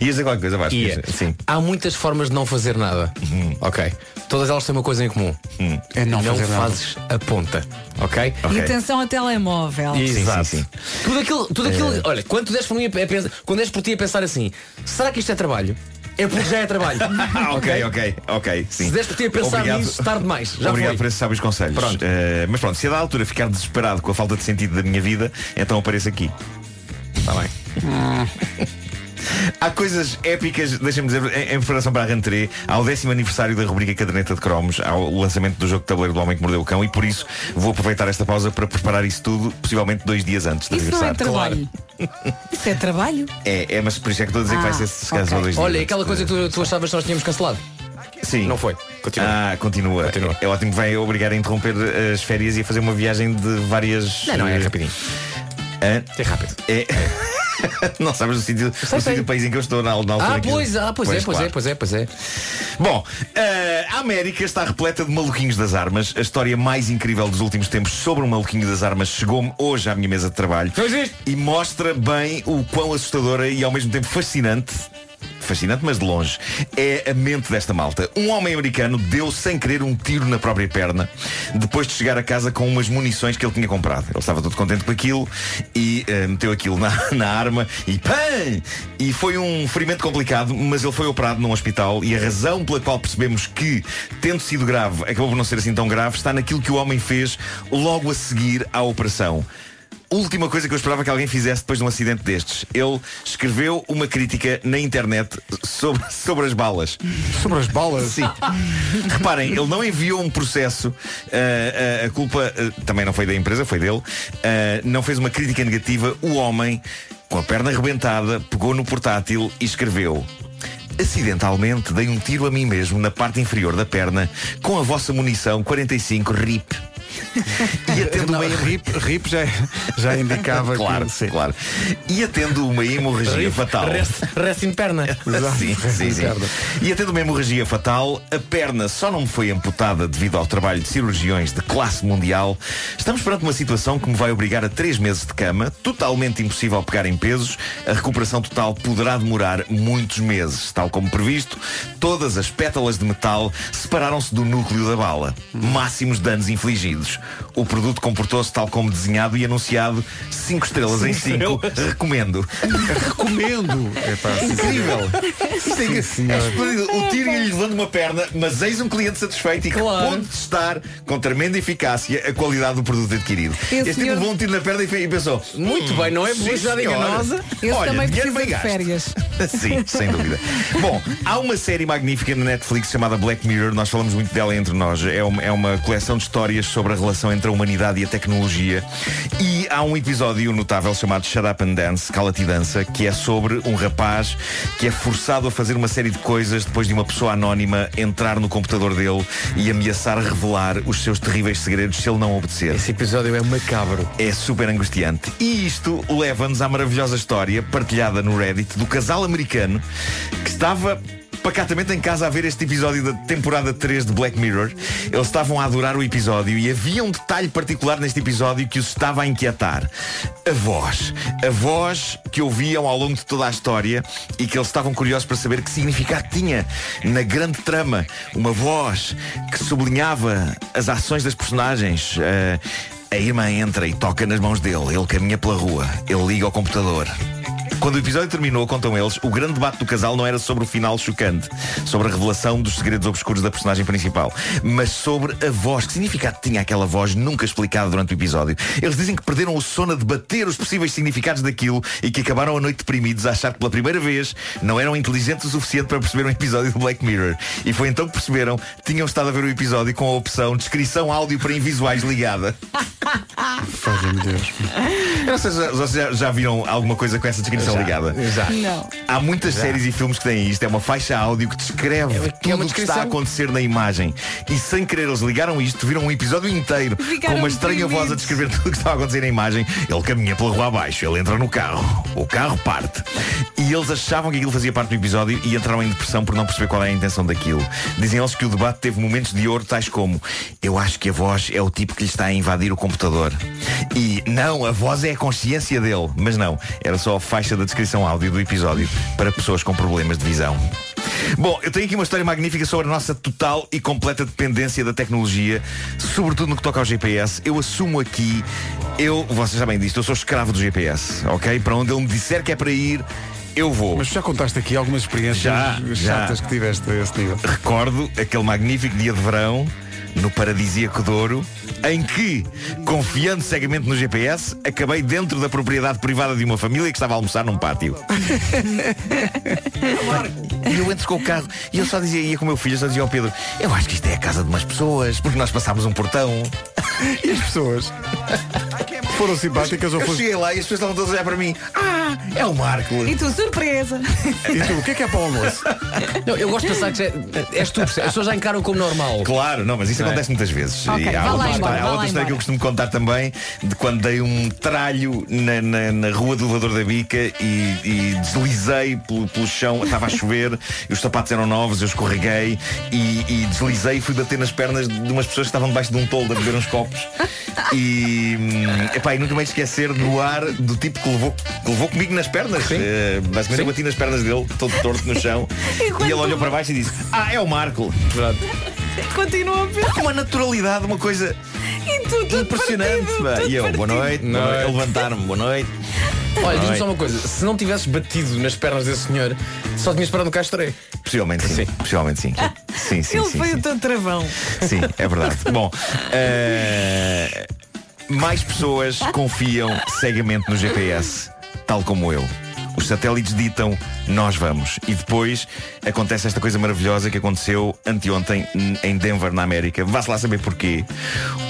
Ias dizer qualquer coisa, Vasco?
Ia.
Sim.
é.
Uhum.
Há muitas formas de não fazer nada. Ok. Todas elas têm uma coisa em comum.
É não
não
fazer nada.
fazes a ponta. Ok?
E atenção ao telemóvel.
Exato.
sim, sim.
Tudo aquilo, tudo aquilo
É.
olha, quando tu des por mim a pensar, quando des por ti a pensar assim, será que isto é trabalho? É porque já é trabalho.
Ah, ok, ok, ok. Sim.
Se deste por ti a pensar
Obrigado.
nisso, tarde demais. Já
Obrigado por
foi.
esses sábios conselhos.
Pronto.
Eh, mas pronto, se a da altura ficar desesperado com a falta de sentido da minha vida, então apareço aqui. Está Tá bem. Há coisas épicas, deixa-me dizer, em, em preparação para a rentrée, ao décimo aniversário da rubrica Caderneta de Cromos, ao lançamento do jogo de tabuleiro do Homem que Mordeu o Cão, e por isso vou aproveitar esta pausa para preparar isso tudo, possivelmente dois dias antes de
Isso não é trabalho.
aniversário.
Isso é trabalho.
É, é, mas por isso é que estou a dizer
Ah,
que vai ser se caso ou dois dias.
Olha,
antes
aquela
de-
coisa que tu, tu achavas que nós tínhamos cancelado.
Sim. Não foi. Continua. Ah, continua. É, é ótimo que vai obrigar a interromper eh, as férias e a fazer uma viagem de várias.
Não, não, é
eh,
rapidinho.
Hã?
É rápido.
É. não sabes o sítio, o sítio do país em que eu estou na, na altura.
Ah,
em que-
pois, ah, pois, é, pois é,
um- claro.
pois é, pois é.
Bom, eh, a América está repleta de maluquinhos das armas. A história mais incrível dos últimos tempos sobre um maluquinho das armas chegou-me hoje à minha mesa de trabalho. E mostra bem o quão assustadora e ao mesmo tempo fascinante. Fascinante, mas de longe. É a mente desta malta. Um homem americano deu sem querer um tiro na própria perna depois de chegar a casa com umas munições que ele tinha comprado. Ele estava todo contente com aquilo e eh, meteu aquilo na, na arma e PAM! E foi um ferimento complicado, mas ele foi operado num hospital e a razão pela qual percebemos que, tendo sido grave, acabou por não ser assim tão grave, está naquilo que o homem fez logo a seguir à operação. Última coisa que eu esperava que alguém fizesse depois de um acidente destes. Ele escreveu uma crítica na internet sobre, sobre as balas.
Sobre as balas?
Sim. Reparem, ele não enviou um processo, ah, ah, a culpa ah, também não foi da empresa, foi dele. Ah, não fez uma crítica negativa. O homem, com a perna arrebentada, pegou no portátil e escreveu. Acidentalmente dei um tiro a mim mesmo na parte inferior da perna com a vossa munição 45 RIP. E atendo uma
RIP, RIP já, já indicava
claro, claro. E atendo uma hemorragia fatal.
Resta em perna.
Sim, sim, sim. E atendo uma hemorragia fatal, a perna só não me foi amputada devido ao trabalho de cirurgiões de classe mundial. Estamos perante uma situação que me vai obrigar a três meses de cama, totalmente impossível pegar em pesos. A recuperação total poderá demorar muitos meses. Tal como previsto, todas as pétalas de metal separaram-se do núcleo da bala. Máximos danos infligidos. O produto comportou-se tal como desenhado e anunciado. Cinco estrelas em
Cinco
cinco. Recomendo.
Recomendo. Epá, sim,
Incrível.
senhor.
Isto é que-
Então- Sim, senhor.
é esplêndido. o tiro ia-lhe levando uma perna, mas eis um cliente satisfeito e que pode testar com tremenda eficácia a qualidade do produto adquirido.
Esse
este tipo
senhor-
levou um tiro na perna e fe- e pensou,
Muito
"Hum,
bem, não é
sim,
publicidade
senhora."
enganosa.
Esse
Olha,
também
dinheiro
precisa
bem
de
gasto.
férias.
Sim, sem dúvida. Bom, há uma série magnífica na Netflix chamada Black Mirror, nós falamos muito dela entre nós. É uma, é uma coleção de histórias sobre a relação entre a humanidade e a tecnologia. E há um episódio notável chamado Shut Up and Dance, Cala-te e Dança, que é sobre um rapaz que é forçado a fazer uma série de coisas depois de uma pessoa anónima entrar no computador dele e ameaçar revelar os seus terríveis segredos se ele não obedecer.
Esse episódio é macabro.
É super angustiante. E isto leva-nos à maravilhosa história partilhada no Reddit do casal americano que estava pacatamente em casa a ver este episódio da temporada 3 de Black Mirror. Eles estavam a adorar o episódio e havia um detalhe particular neste episódio que os estava a inquietar. A voz. A voz que ouviam ao longo de toda a história e que eles estavam curiosos para saber que significado tinha na grande trama. Uma voz que sublinhava as ações das personagens. eh, a irmã entra e toca nas mãos dele. Ele caminha pela rua. Ele liga ao computador. Quando o episódio terminou, contam eles, o grande debate do casal não era sobre o final chocante, sobre a revelação dos segredos obscuros da personagem principal, mas sobre a voz. Que significado tinha aquela voz nunca explicada durante o episódio? Eles dizem que perderam o sono a debater os possíveis significados daquilo e que acabaram a noite deprimidos a achar que pela primeira vez não eram inteligentes o suficiente para perceber um episódio do Black Mirror. E foi então que perceberam que tinham estado a ver o episódio com a opção descrição áudio para invisuais ligada.
Fazem-me Deus.
Eu não sei se vocês já, já viram alguma coisa com essa descrição
Já,
ligada.
já.
Não.
Há muitas
Já.
séries e filmes que têm isto. É uma faixa áudio que descreve
É, que é
tudo
uma
o que
descrição.
está a acontecer na imagem. E sem querer eles ligaram isto, viram um episódio inteiro
Ficaram
com uma estranha
deprimidos.
voz a descrever tudo o que está a acontecer na imagem. Ele caminha pela rua abaixo, ele entra no carro, o carro parte. E eles achavam que aquilo fazia parte do episódio e entraram em depressão por não perceber qual era a intenção daquilo. Dizem eles que o debate teve momentos de ouro, tais como Eu acho que a voz é o tipo que lhe está a invadir o computador. E não, a voz é a consciência dele. Mas não, era só a faixa da descrição áudio do episódio para pessoas com problemas de visão. Bom, eu tenho aqui uma história magnífica sobre a nossa total e completa dependência da tecnologia, sobretudo no que toca ao GPS. Eu assumo aqui, eu, vocês sabem disto, eu sou escravo do GPS, ok? Para onde ele me disser que é para ir, eu vou.
Mas já contaste aqui algumas experiências
Já, já.
chatas que tiveste a esse nível.
Recordo aquele magnífico dia de verão no paradisíaco Douro, em que, confiando cegamente no GPS, acabei dentro da propriedade privada de uma família que estava a almoçar num pátio. E eu entro com o carro e eu só dizia, ia com o meu filho, eu só dizia ao Pedro, eu acho que isto é a casa de umas pessoas, porque nós passámos um portão.
E as pessoas foram simpáticas ou
Eu
foram.
cheguei lá e as pessoas estavam todas a olhar para mim. Ah, é o Marco.
E tu, surpresa!
E tu, o que é que é para o almoço?
Não, eu gosto de pensar que é, és tu, percebes? as pessoas já encaram como normal.
Claro, não, mas isso
Não é?
acontece muitas vezes.
Ok,
E há
vá lá
outra,
embora,
história, há
vá
outra
lá
história que eu costumo contar também de quando dei um tralho na, na- na rua do Voador da Bica e, e deslizei pelo, pelo chão, estava a chover, e os sapatos eram novos, eu escorreguei e, e deslizei e fui bater nas pernas de umas pessoas que estavam debaixo de um toldo a beber uns copos. E, hum, epá, e nunca mais esquecer do ar do tipo que levou, que levou comigo nas pernas. Eh, basicamente eu bati nas pernas dele, todo torto no chão, e ele olhou para baixo e disse, ah, é o Marco.
Continua a ver.
Com uma naturalidade, uma coisa
E tu, tudo
impressionante. pá. E eu, boa noite, boa noite. Eu levantar-me, boa noite. Boa
Olha, diz-me
noite.
só uma coisa, se não tivesses batido nas pernas desse senhor, só tinhas parado no castrei.
Possivelmente sim. Possivelmente sim. Sim, sim,
Ele
sim.
foi
sim.
o teu travão.
Sim, é verdade. Bom, eh, mais pessoas confiam cegamente no GPS, tal como eu. Os satélites ditam nós vamos. E depois acontece esta coisa maravilhosa que aconteceu anteontem n- em Denver, na América. Vá-se lá saber porquê.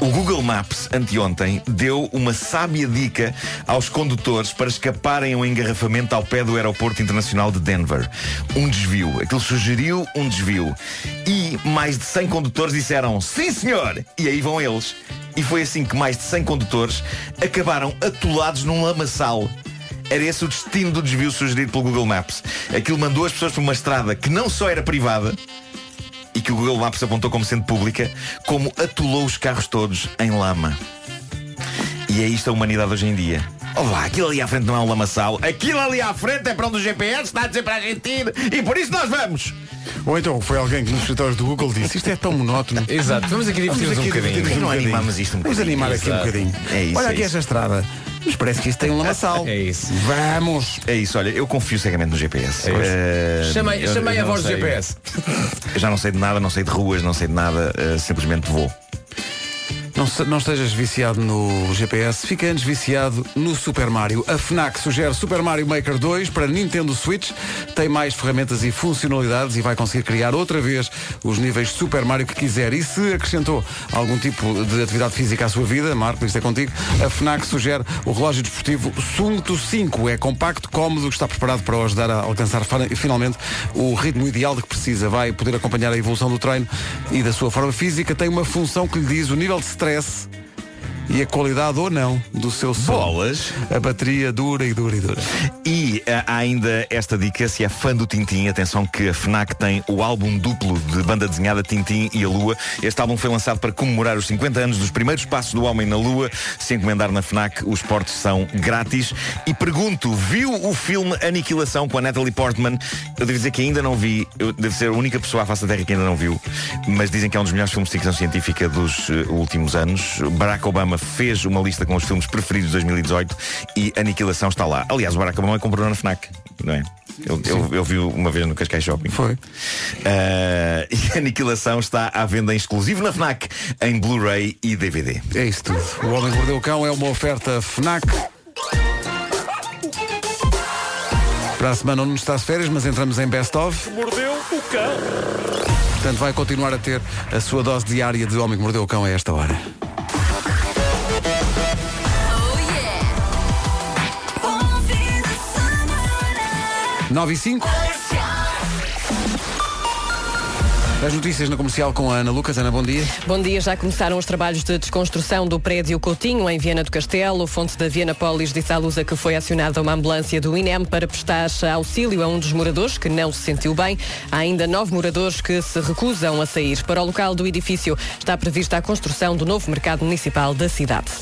O Google Maps, anteontem, deu uma sábia dica aos condutores para escaparem a um engarrafamento ao pé do Aeroporto Internacional de Denver. Um desvio. Aquilo sugeriu um desvio. E mais de 100 condutores disseram sim, senhor! E aí vão eles. E foi assim que mais de 100 condutores acabaram atolados num lamaçal. Era esse o destino do desvio sugerido pelo Google Maps. Aquilo mandou as pessoas por uma estrada que não só era privada, e que o Google Maps apontou como sendo pública, como atolou os carros todos em lama. E é isto a humanidade hoje em dia. Olá, aquilo ali à frente não é um lamaçal. Aquilo ali à frente é para onde o GPS está a dizer para a gente ir e por isso nós vamos.
Ou então foi alguém que nos escritórios do Google disse isto é tão monótono.
Exato, vamos aqui divertir-nos um bocadinho.
divertir-nos
Por que não animamos isto um
Vamos
bocadinho?
animar aqui um
Exato.
bocadinho.
É isso,
Olha
é
aqui
isso.
esta estrada. Mas parece que isto tem um lamaçal.
É isso.
Vamos.
É isso, olha, eu confio cegamente no GPS. Eh,
Chamei,
eu-
chamei
eu
a
não
voz do
sei.
GPS.
Eu já não sei de nada, não sei de ruas, não sei de nada, eh, simplesmente vou.
Não, se- não estejas viciado no GPS, fica antes viciado no Super Mario. A FNAC sugere Super Mario Maker 2 para Nintendo Switch. Tem mais ferramentas e funcionalidades e vai conseguir criar outra vez os níveis de Super Mario que quiser. E se acrescentou algum tipo de atividade física à sua vida, Marco, isto é contigo, a FNAC sugere o relógio desportivo Sunto 5. É compacto, cómodo, está preparado para o ajudar a alcançar fa- finalmente o ritmo ideal de que precisa. Vai poder acompanhar a evolução do treino e da sua forma física. Tem uma função que lhe diz o nível de stress e a qualidade ou não do seu som.
Bolas.
A bateria dura e dura e dura.
E ah, há ainda esta dica, se é fã do Tintim, atenção que a FNAC tem o álbum duplo de banda desenhada Tintim e a Lua. Este álbum foi lançado para comemorar os 50 anos dos primeiros passos do homem na Lua. Se encomendar na FNAC, os portes são grátis. E pergunto, viu o filme Aniquilação com a Natalie Portman? Eu devo dizer que ainda não vi, eu devo ser a única pessoa à face da Terra que ainda não viu, mas dizem que é um dos melhores filmes de ficção científica dos eh, últimos anos. Barack Obama fez uma lista com os filmes preferidos de 2018 e Aniquilação está lá. Aliás, o Barack Obama comprou na FNAC, não é? Eu, eu, eu vi uma vez no Cascais Shopping. Eh,
Foi.
e Aniquilação está à venda em exclusivo na FNAC, em Blu-ray e DVD.
É isso tudo. O Homem que Mordeu o Cão é uma oferta FNAC. Para a semana não nos está de férias, mas entramos em Best of.
Mordeu o cão.
Portanto, vai continuar a ter a sua dose diária de Homem que Mordeu o Cão a esta hora. Nove e cinco. As notícias na comercial com a Ana Lucas. Ana, bom dia.
Bom dia, já começaram os trabalhos de desconstrução do prédio Coutinho em Viena do Castelo. Fonte da Viena Polis disse à Lusa que foi acionada uma ambulância do INEM para prestar auxílio a um dos moradores que não se sentiu bem. Há ainda nove moradores que se recusam a sair. Para o local do edifício está prevista a construção do novo mercado municipal da cidade.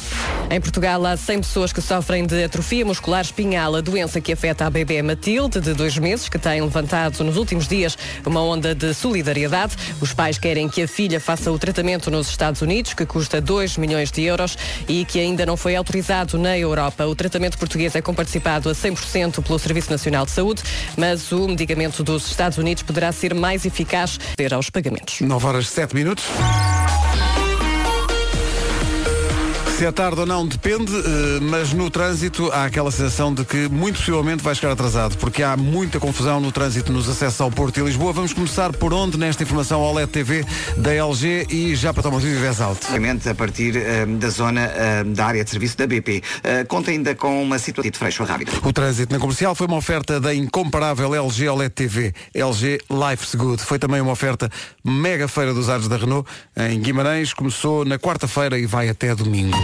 Em Portugal há 100 pessoas que sofrem de atrofia muscular espinhal, a doença que afeta a bebê Matilde, de dois meses, que tem levantado nos últimos dias uma onda de solidariedade. Os pais querem que a filha faça o tratamento nos Estados Unidos, que custa 2 milhões de euros e que ainda não foi autorizado na Europa. O tratamento português é comparticipado a 100% pelo Serviço Nacional de Saúde, mas o medicamento dos Estados Unidos poderá ser mais eficaz ter aos pagamentos.
9 horas 7 minutos. Se é tarde ou não, depende, eh, mas no trânsito há aquela sensação de que muito possivelmente vai chegar atrasado, porque há muita confusão no trânsito nos acessos ao Porto e Lisboa. Vamos começar por onde nesta informação OLED TV da LG e já para Tomás Vives Alto.
Realmente a partir eh, da zona eh, da área de serviço da BP. Eh, conta ainda com uma situação de freixo rápido.
O trânsito na comercial foi uma oferta da incomparável LG OLED TV, LG Life's Good. Foi também uma oferta mega feira dos ares da Renault em Guimarães. Começou na quarta-feira e vai até domingo.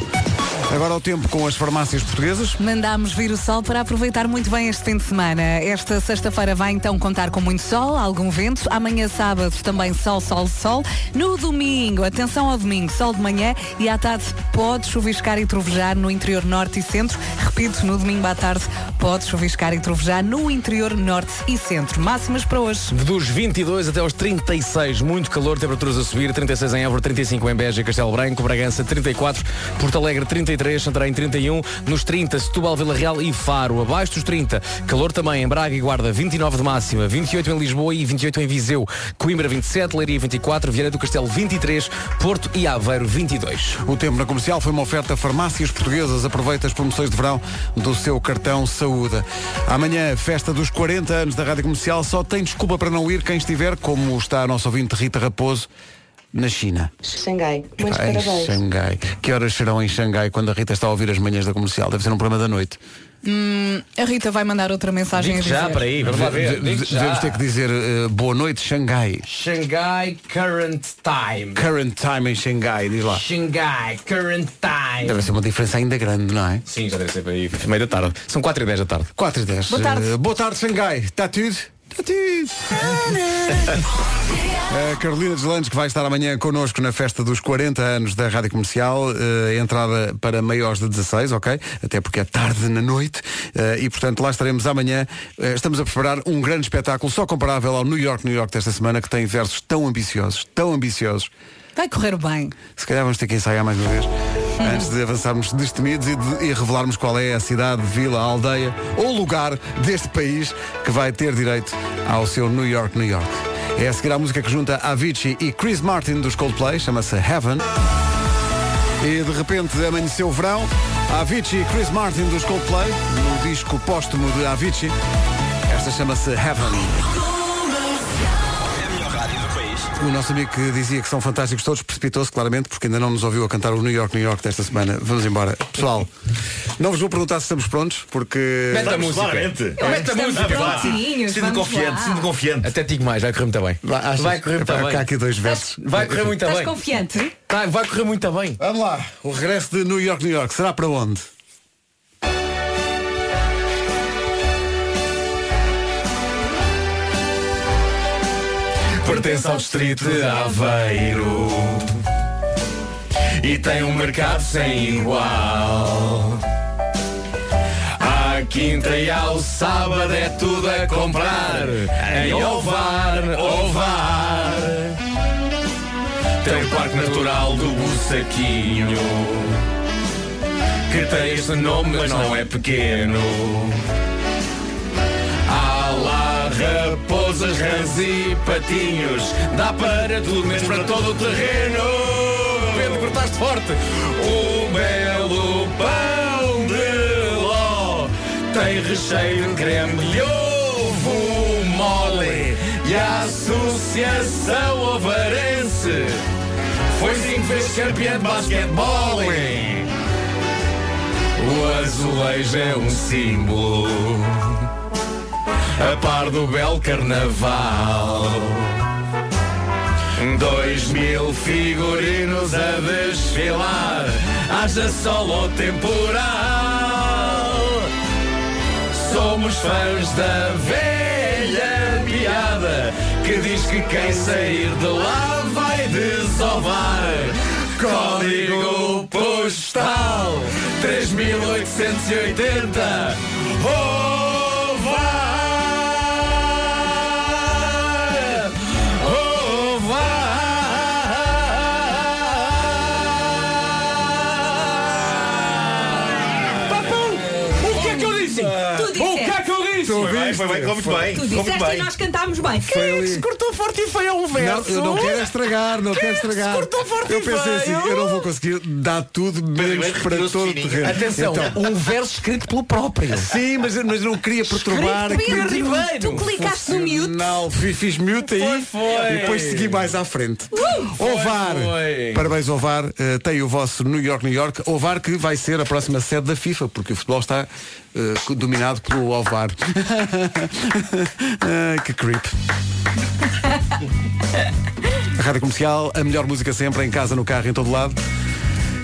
Agora o tempo com as farmácias portuguesas.
Mandámos vir o sol para aproveitar muito bem este fim de semana. Esta sexta-feira vai então contar com muito sol, algum vento. Amanhã, sábado, também sol, sol, sol. No domingo, atenção ao domingo, sol de manhã e à tarde pode chuviscar e trovejar no interior norte e centro. Repito, no domingo à tarde pode chuviscar e trovejar no interior norte e centro. Máximas para hoje.
Dos 22 até aos 36, muito calor, temperaturas a subir, 36 em Évora, 35 em Beja e Castelo Branco, Bragança 34, Porto Alegre 33, Santarém 31, nos 30 Setúbal, Vila Real e Faro, abaixo dos 30, calor também em Braga e Guarda 29 de máxima, 28 em Lisboa e 28 em Viseu, Coimbra 27, Leiria 24, Vieira do Castelo 23, Porto e Aveiro 22.
O tempo na comercial foi uma oferta farmácias portuguesas. Aproveita as promoções de verão do seu cartão Saúde. Amanhã, festa dos 40 anos da Rádio Comercial. Só tem desculpa para não ir quem estiver, como está a nossa ouvinte Rita Raposo, na China.
Xangai, muitos
Em
parabéns.
Xangai. Que horas serão em Xangai quando a Rita está a ouvir as manhãs da comercial? Deve ser um programa da noite.
Hum, a Rita vai mandar outra mensagem a dizer.
De- de- Devemos ter que dizer eh, boa noite, Xangai.
Xangai Current Time.
Current time em Xangai, diz lá.
Xangai Current Time.
Deve ser uma diferença ainda grande, não é?
Sim, já deve ser para aí, meia da tarde. São 4 e 10 da tarde.
4 e 10.
Boa tarde.
Eh, boa tarde, Xangai. Está tudo? Está tudo. A Carolina Deslandes, que vai estar amanhã connosco na festa dos 40 anos da Rádio Comercial, eh, entrada para maiores de 16, ok? Até porque é tarde na noite eh, e, portanto, lá estaremos amanhã. Eh, estamos a preparar um grande espetáculo, só comparável ao New York, New York desta semana, que tem versos tão ambiciosos, tão ambiciosos.
Vai correr bem.
Se calhar vamos ter que ensaiar mais uma vez, antes de avançarmos destemidos e, de- e revelarmos qual é a cidade, vila, aldeia ou lugar deste país que vai ter direito ao seu New York, New York. É a seguir a música que junta Avicii e Chris Martin dos Coldplay, chama-se Heaven. E de repente amanheceu o verão, Avicii e Chris Martin dos Coldplay, no disco póstumo de Avicii. Esta chama-se Heaven. O nosso amigo que dizia que são fantásticos todos precipitou-se claramente porque ainda não nos ouviu a cantar o New York, New York desta semana. Vamos embora. Pessoal, não vos vou perguntar se estamos prontos porque.
Mete a Estamos, música. claramente.
É.
Eu acho que
Mete a
estamos
música.
prontinhos, Sinto-me vamos confiante, lá. sinto-me confiante.
Até digo mais, vai correr muito bem.
achas?
Vai
É
correr muito
Epá,
bem.
cá há aqui dois versos.
Vai correr muito
Estás
tá bem.
confiante?
Tá, vai correr muito bem.
Ah,
Vamos lá. O regresso de New York, New York. Será para onde?
Pertence ao distrito de Aveiro E tem um mercado sem igual À quinta e ao sábado é tudo a comprar Em Ovar, Ovar Tem o Parque Natural do Bussaquinho Que tem este nome mas não é pequeno Há lá raposas, rãs e patinhos Dá para tudo, mas para todo o terreno Pedro, cortaste forte O Um belo pão de ló Tem recheio de creme de ovo mole E a Associação Ovarense Foi cinco vezes campeã de basquetebol O azulejo é um símbolo a par do belo carnaval. Dois mil figurinos a desfilar,
Ah,
haja sol ou temporal. Somos fãs da velha piada que diz que quem sair de lá vai desovar. Código postal 3880. Ovar! Ovar! Papu! O que é que eu disse?
Tu
O que é que eu disse?
Tu viste?
foi bem, ficou muito bem.
Tu
Ficou muito
disseste e
bem.
nós cantámos bem.
Foi
Quem é que
ali.
se cortou forte e feio a um
Não,
verso?
eu não quero estragar, não
Quem
quero
é que se
estragar.
cortou forte
Eu
e
pensei assim,
feio?
eu não vou conseguir dar tudo menos
Ribeiro
para
retirou-se
todo o
fininho.
terreno.
Atenção,
um verso escrito pelo próprio. Sim, mas, mas não queria perturbar
Escrito
aquilo.
pelo Ribeiro. Tu clicaste no mute.
Não, fiz, fiz mute aí
foi. Uh,
e depois segui mais à frente.
Foi,
Ovar,
foi.
parabéns Ovar, Eh, tem o vosso New York, New York. Ovar que vai ser a próxima sede da FIFA, porque o futebol está eh, dominado pelo Ovar. Ah, que creep. A Rádio Comercial, a melhor música sempre, em casa, no carro, em todo lado.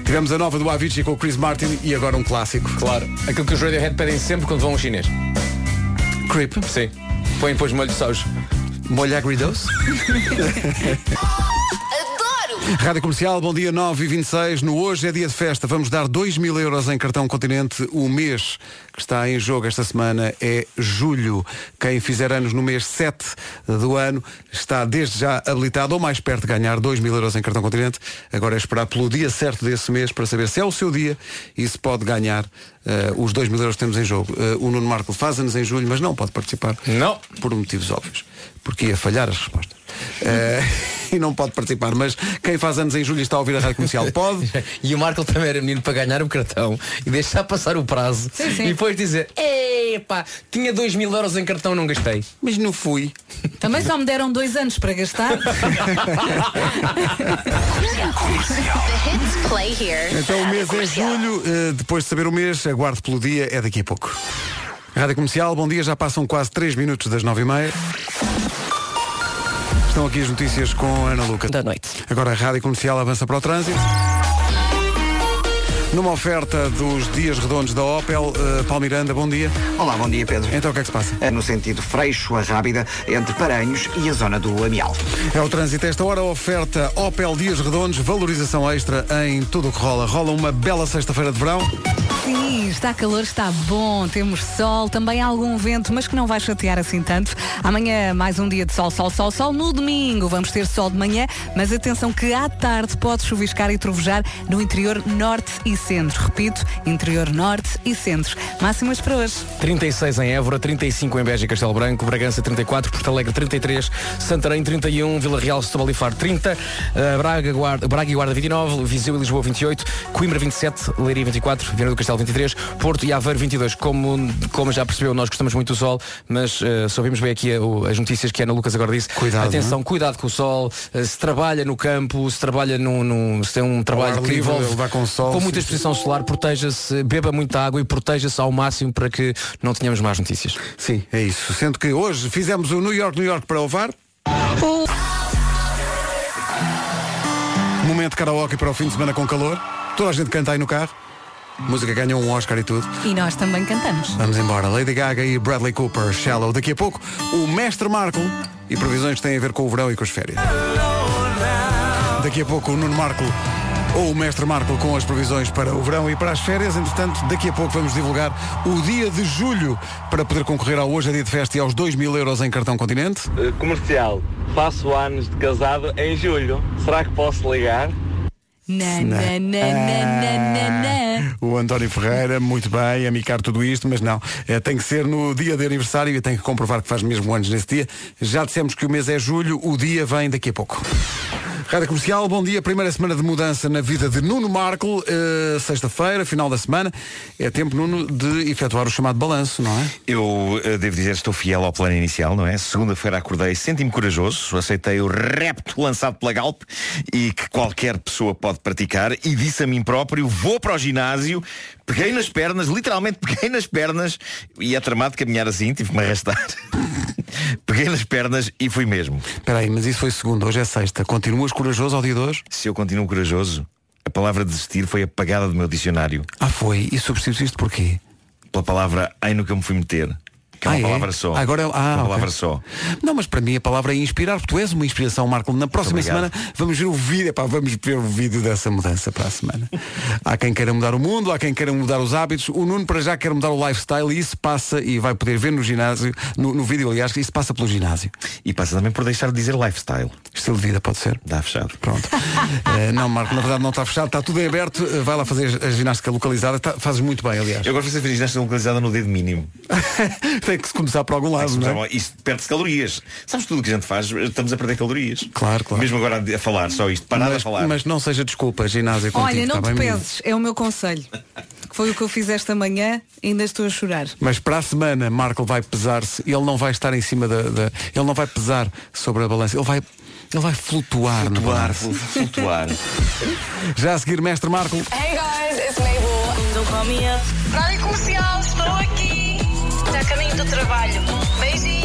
Tivemos a nova do Avicii com o Chris Martin e agora um clássico.
Claro. Aquilo que os Radiohead pedem sempre quando vão ao chinês.
Creep?
Sim. Põem depois molho de saus.
Molho agridoce? Rádio Comercial, bom dia 9 e 26. No Hoje é Dia de Festa. Vamos dar 2 mil euros em cartão continente. O mês que está em jogo esta semana é julho. Quem fizer anos no mês 7 do ano está desde já habilitado ou mais perto de ganhar 2 mil euros em cartão continente. Agora é esperar pelo dia certo desse mês para saber se é o seu dia e se pode ganhar eh, os 2 mil euros que temos em jogo. Eh, o Nuno Marco faz-nos em julho, mas não pode participar. Não. Por motivos óbvios. Porque ia falhar as respostas. Eh, e não pode participar. Mas quem faz anos em julho e está a ouvir a rádio comercial pode.
E o Marco também era menino para ganhar o cartão e deixar passar o prazo
Sim, sim.
e depois dizer, epá, tinha 2 mil euros em cartão não gastei.
Mas não fui.
Também só me deram dois anos para gastar.
The hits play here.
Então o mês é julho. Eh, depois de saber o mês, aguarde pelo dia. É daqui a pouco. Rádio Comercial, bom dia. Já passam quase 3 minutos das 9 e meia. Estão aqui as notícias com a Ana Lucas. Da noite. Agora a Rádio Comercial avança para o trânsito. Numa oferta dos dias redondos da Opel, eh, Paulo Miranda, bom dia.
Olá, bom dia, Pedro.
Então o que é que se passa?
No sentido freixo, a rábida, entre Paranhos e a zona do Amial.
É o trânsito a esta hora, oferta Opel Dias Redondos, valorização extra em tudo o que rola. Rola uma bela sexta-feira de verão.
Sim, está calor, está bom, temos sol, também há algum vento, mas que não vai chatear assim tanto. Amanhã mais um dia de sol, sol, sol, sol. No domingo vamos ter sol de manhã, mas atenção que à tarde pode chuviscar e trovejar no interior norte e centro. Repito, interior norte e centro. Máximas para hoje.
36 em Évora, 35 em Beja e Castelo Branco, Bragança 34, Porto Alegre 33, Santarém 31, Vila Real, Setúbal e Faro 30, eh, Braga, Guarda, Braga e Guarda 29, Viseu e Lisboa 28, Coimbra 27, Leiria 24, Viana do Castelo 23, Porto e Aveiro 22. Como, como já percebeu, nós gostamos muito do sol, mas eh, só vimos bem aqui a- o- as notícias que a Ana Lucas agora disse. Cuidado, Atenção, cuidado com o sol, eh, se trabalha no campo, se trabalha num, num- se tem um trabalho
ar
que
livre,
envolve
levar com sol,
com
sim,
muita
sim.
exposição solar, proteja-se, beba muita água e proteja-se ao máximo para que não tenhamos más notícias.
Sim, é isso. Sendo que hoje fizemos o New York, New York para o VAR. Momento karaoke para o fim de semana com calor. Toda a gente canta aí no carro. Música ganhou um Oscar e tudo.
E nós também cantamos.
Vamos embora. Lady Gaga e Bradley Cooper, Shallow. Daqui a pouco, o Mestre Marco e previsões que têm a ver com o verão e com as férias. Daqui a pouco, o Nuno Marco ou o Mestre Marco com as previsões para o verão e para as férias. Entretanto, daqui a pouco vamos divulgar o dia de julho para poder concorrer ao Hoje é Dia de Festa e aos 2 mil euros em cartão continente.
Comercial, faço anos de casado em julho. Será que posso ligar?
Na,
Não. é?
na, na, na, na, na, na.
O António Ferreira, muito bem, a micar tudo isto, mas não. Eh, tem que ser no dia de aniversário e tem que comprovar que faz mesmo anos nesse dia. Já dissemos que o mês é julho, o dia vem daqui a pouco. Rádio Comercial, bom dia. Primeira semana de mudança na vida de Nuno Marco. Eh, Sexta-feira, final da semana. É tempo, Nuno, de efetuar o chamado balanço, não é?
Eu eh, devo dizer, estou fiel ao plano inicial, não é? Segunda-feira acordei, senti-me corajoso, aceitei o repto lançado pela Galp e que qualquer pessoa pode praticar e disse a mim próprio, vou para o ginásio, peguei nas pernas, literalmente peguei nas pernas e é tramado caminhar assim, tive que me arrastar. peguei nas pernas e fui mesmo.
Espera aí, mas isso foi segunda, hoje é sexta. Continuas corajoso ao dia de hoje?
Se eu continuo corajoso, a palavra desistir foi apagada do meu dicionário
Ah, foi. E substituíste porquê?
pela palavra ai no que eu me fui meter. Que é uma
Ah, é?
palavra só.
Agora é- ah,
uma
ok.
palavra só.
Não, mas para mim a palavra é inspirar, porque tu és uma inspiração, Marco. Na próxima
Muito
semana
obrigado.
vamos ver o vídeo, epá, vamos ver o vídeo dessa mudança para a semana. há quem queira mudar o mundo, há quem queira mudar os hábitos. O Nuno para já quer mudar o lifestyle e isso passa e vai poder ver no ginásio, no, no vídeo, aliás, que isso passa pelo ginásio.
E passa também por deixar de dizer lifestyle.
Estilo de vida pode ser.
Dá fechado.
Pronto. Eh, não, Marco, na verdade não está fechado, está tudo em aberto. Eh, Vai lá fazer a ginástica localizada, Tá- fazes muito bem, aliás.
Eu gosto de fazer ginástica localizada no dedo mínimo.
Tem que se começar por algum lado, não é?
Isto perde-se calorias. Sabes tudo o que a gente faz? Estamos a perder calorias.
Claro, claro.
Mesmo agora a falar só isto. Parar a
mas,
falar.
mas não seja desculpa, ginásio contigo,
Olha, não
tá
te
bem, menino?
peses, é o meu conselho. Que foi o que eu fiz esta manhã, ainda estou a chorar.
Mas para a semana, Marco vai pesar-se. Ele não vai estar em cima da, da- Ele não vai pesar sobre a balança. Ele vai, ele vai flutuar, na
Flutuar,
balança.
flu- flutuar.
Já a seguir, mestre Marco.
Hey guys, it's Mabel. Don't call me up. Rádio Comercial, estou aqui. Já caminho do trabalho. Beijinhos.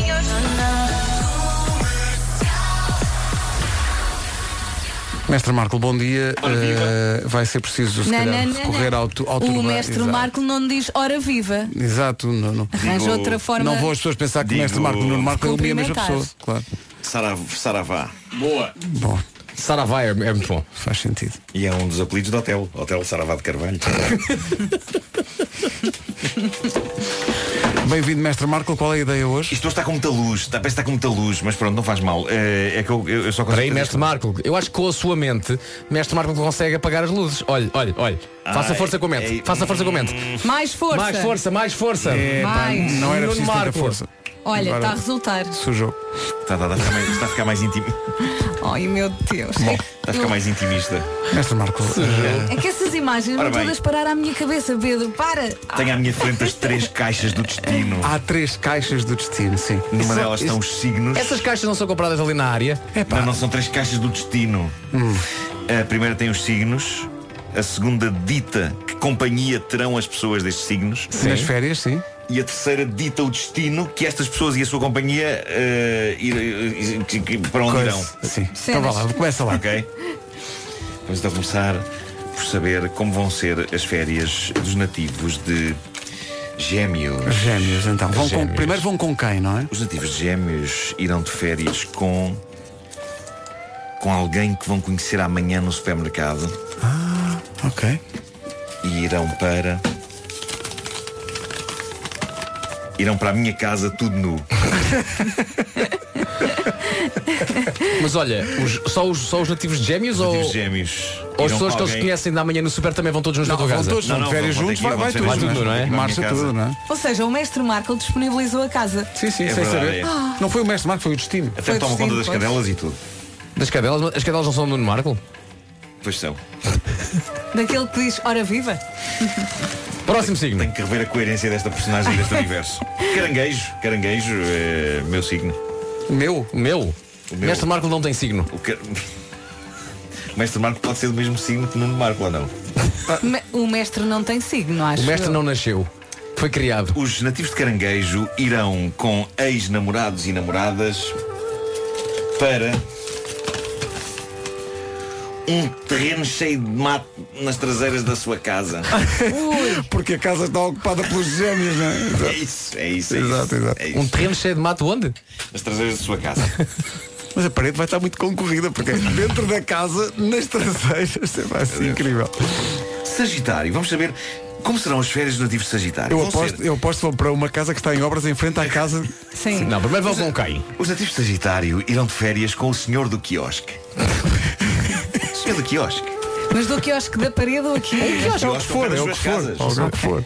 Mestre Marco, bom dia. Eh, vai ser preciso se
Não, não,
calhar,
não,
recorrer
não.
ao, tu, ao
O
turban-
mestre
Exato.
Marco não diz hora viva.
Exato, não, não.
Arranja Digo- outra forma-
Não vou as pessoas pensar que
Digo-
o mestre Marco Nuno Marco é ele é a mesma
Cumprimentar.
pessoa. Claro.
Sara- Saravá.
Boa.
Bom.
Saravá é, é muito bom.
Faz sentido.
E é um dos apelidos do hotel. Hotel Saravá de Carvalho.
Bem-vindo, mestre Marco. Qual é a ideia hoje?
Isto hoje está com muita luz. Está, parece que está com muita luz, mas pronto, não faz mal. Eh, É que eu, eu, eu só consigo
Peraí,
fazer
mestre Marco, eu acho que com a sua mente, mestre Marco consegue apagar as luzes. Olha, olha, olha. Faça
Ai,
força com a mente. Faça força com a mente.
Mais força.
Mais força, mais força.
É.
pá, Mais.
não era
Nuno
preciso tanta
Marco.
força.
Olha, está
Agora-
a resultar.
Sujou.
Está, está, está a ficar mais- está tá, a ficar mais íntimo.
Ai meu Deus.
Está a ficar mais intimista.
Mestre Marco. eh,
É que essas imagens
Ora
vão
bem.
todas parar à minha cabeça, Pedro. Para!
Tenho à minha frente as três caixas do destino.
Há três caixas do destino, sim.
Numa delas estão os signos.
Essas caixas não são compradas ali na área.
Não, não são três caixas do destino. A primeira tem os signos. A segunda dita que companhia terão as pessoas destes signos.
Nas férias, sim.
E a terceira dita o destino que estas pessoas e a sua companhia eh, ir- ir- que- que- para onde
Coisa.
irão.
Sim. Então vá lá, começa lá.
Ok? Vamos então começar por saber como vão ser as férias dos nativos de Gêmeos.
Gêmeos, então. Vão com-
Gêmeos.
primeiro vão com quem, não é?
Os nativos de gêmeos irão de férias com com alguém que vão conhecer amanhã no supermercado
Ok.
e irão para irão para a minha casa tudo nu.
Mas olha, os- só, os, só os nativos de gêmeos ou.
Os gêmeos. irão
Ou as pessoas
para
que eles
alguém-
conhecem da manhã no super também vão todos juntos
Não,
na tua
vão
casa?
todos, Não, vão de não, férias vão ter juntos, que ir, vai- vão vai de férias tudo. juntos,
não é?
vão Marcha para a minha tudo,
não é?
Ou seja, o mestre Marco disponibilizou a casa.
Sim, sim, sem
É verdade,
saber.
é.
Ah.
Não foi o mestre Marco, foi o destino.
Até tomam conta das cadelas e tudo.
Das cadelas? mas As cadelas não são do Nuno Marco?
Pois são.
Daquele que diz hora viva.
Próximo signo.
Tenho que rever a coerência desta personagem e deste universo. Caranguejo, caranguejo é meu signo.
Meu?
Meu?
O meu.
Mestre Marco não tem signo.
O car- O mestre Marco pode ser do mesmo signo que Nuno Marco ou não?
Ah.
Me- O mestre não tem signo, acho. eu.
nasceu. Foi criado.
Os nativos de caranguejo irão com ex-namorados e namoradas para um terreno cheio de mato nas traseiras da sua casa.
É Porque a casa está ocupada pelos gêmeos, não é?
É isso, é isso, é
Exato,
isso.
exato.
É isso.
Um terreno cheio de mato onde?
Nas traseiras da sua casa.
Mas a parede vai estar muito concorrida, porque é dentro da casa, nas traseiras, isso vai ser incrível.
Sagitário, vamos saber como serão as férias dos nativos de Sagitário.
Eu
Vão ser- É.
aposto, eu aposto que vão para uma casa que está em obras em frente à casa.
Sim.
Não, primeiro vão
Os-
com quem?
Os nativos de Sagitário irão de férias com o senhor do quiosque. senhor do quiosque.
Mas do quiosque da parede ou aqui?
quiosque, ao que for, é o que for,
Ou o que for.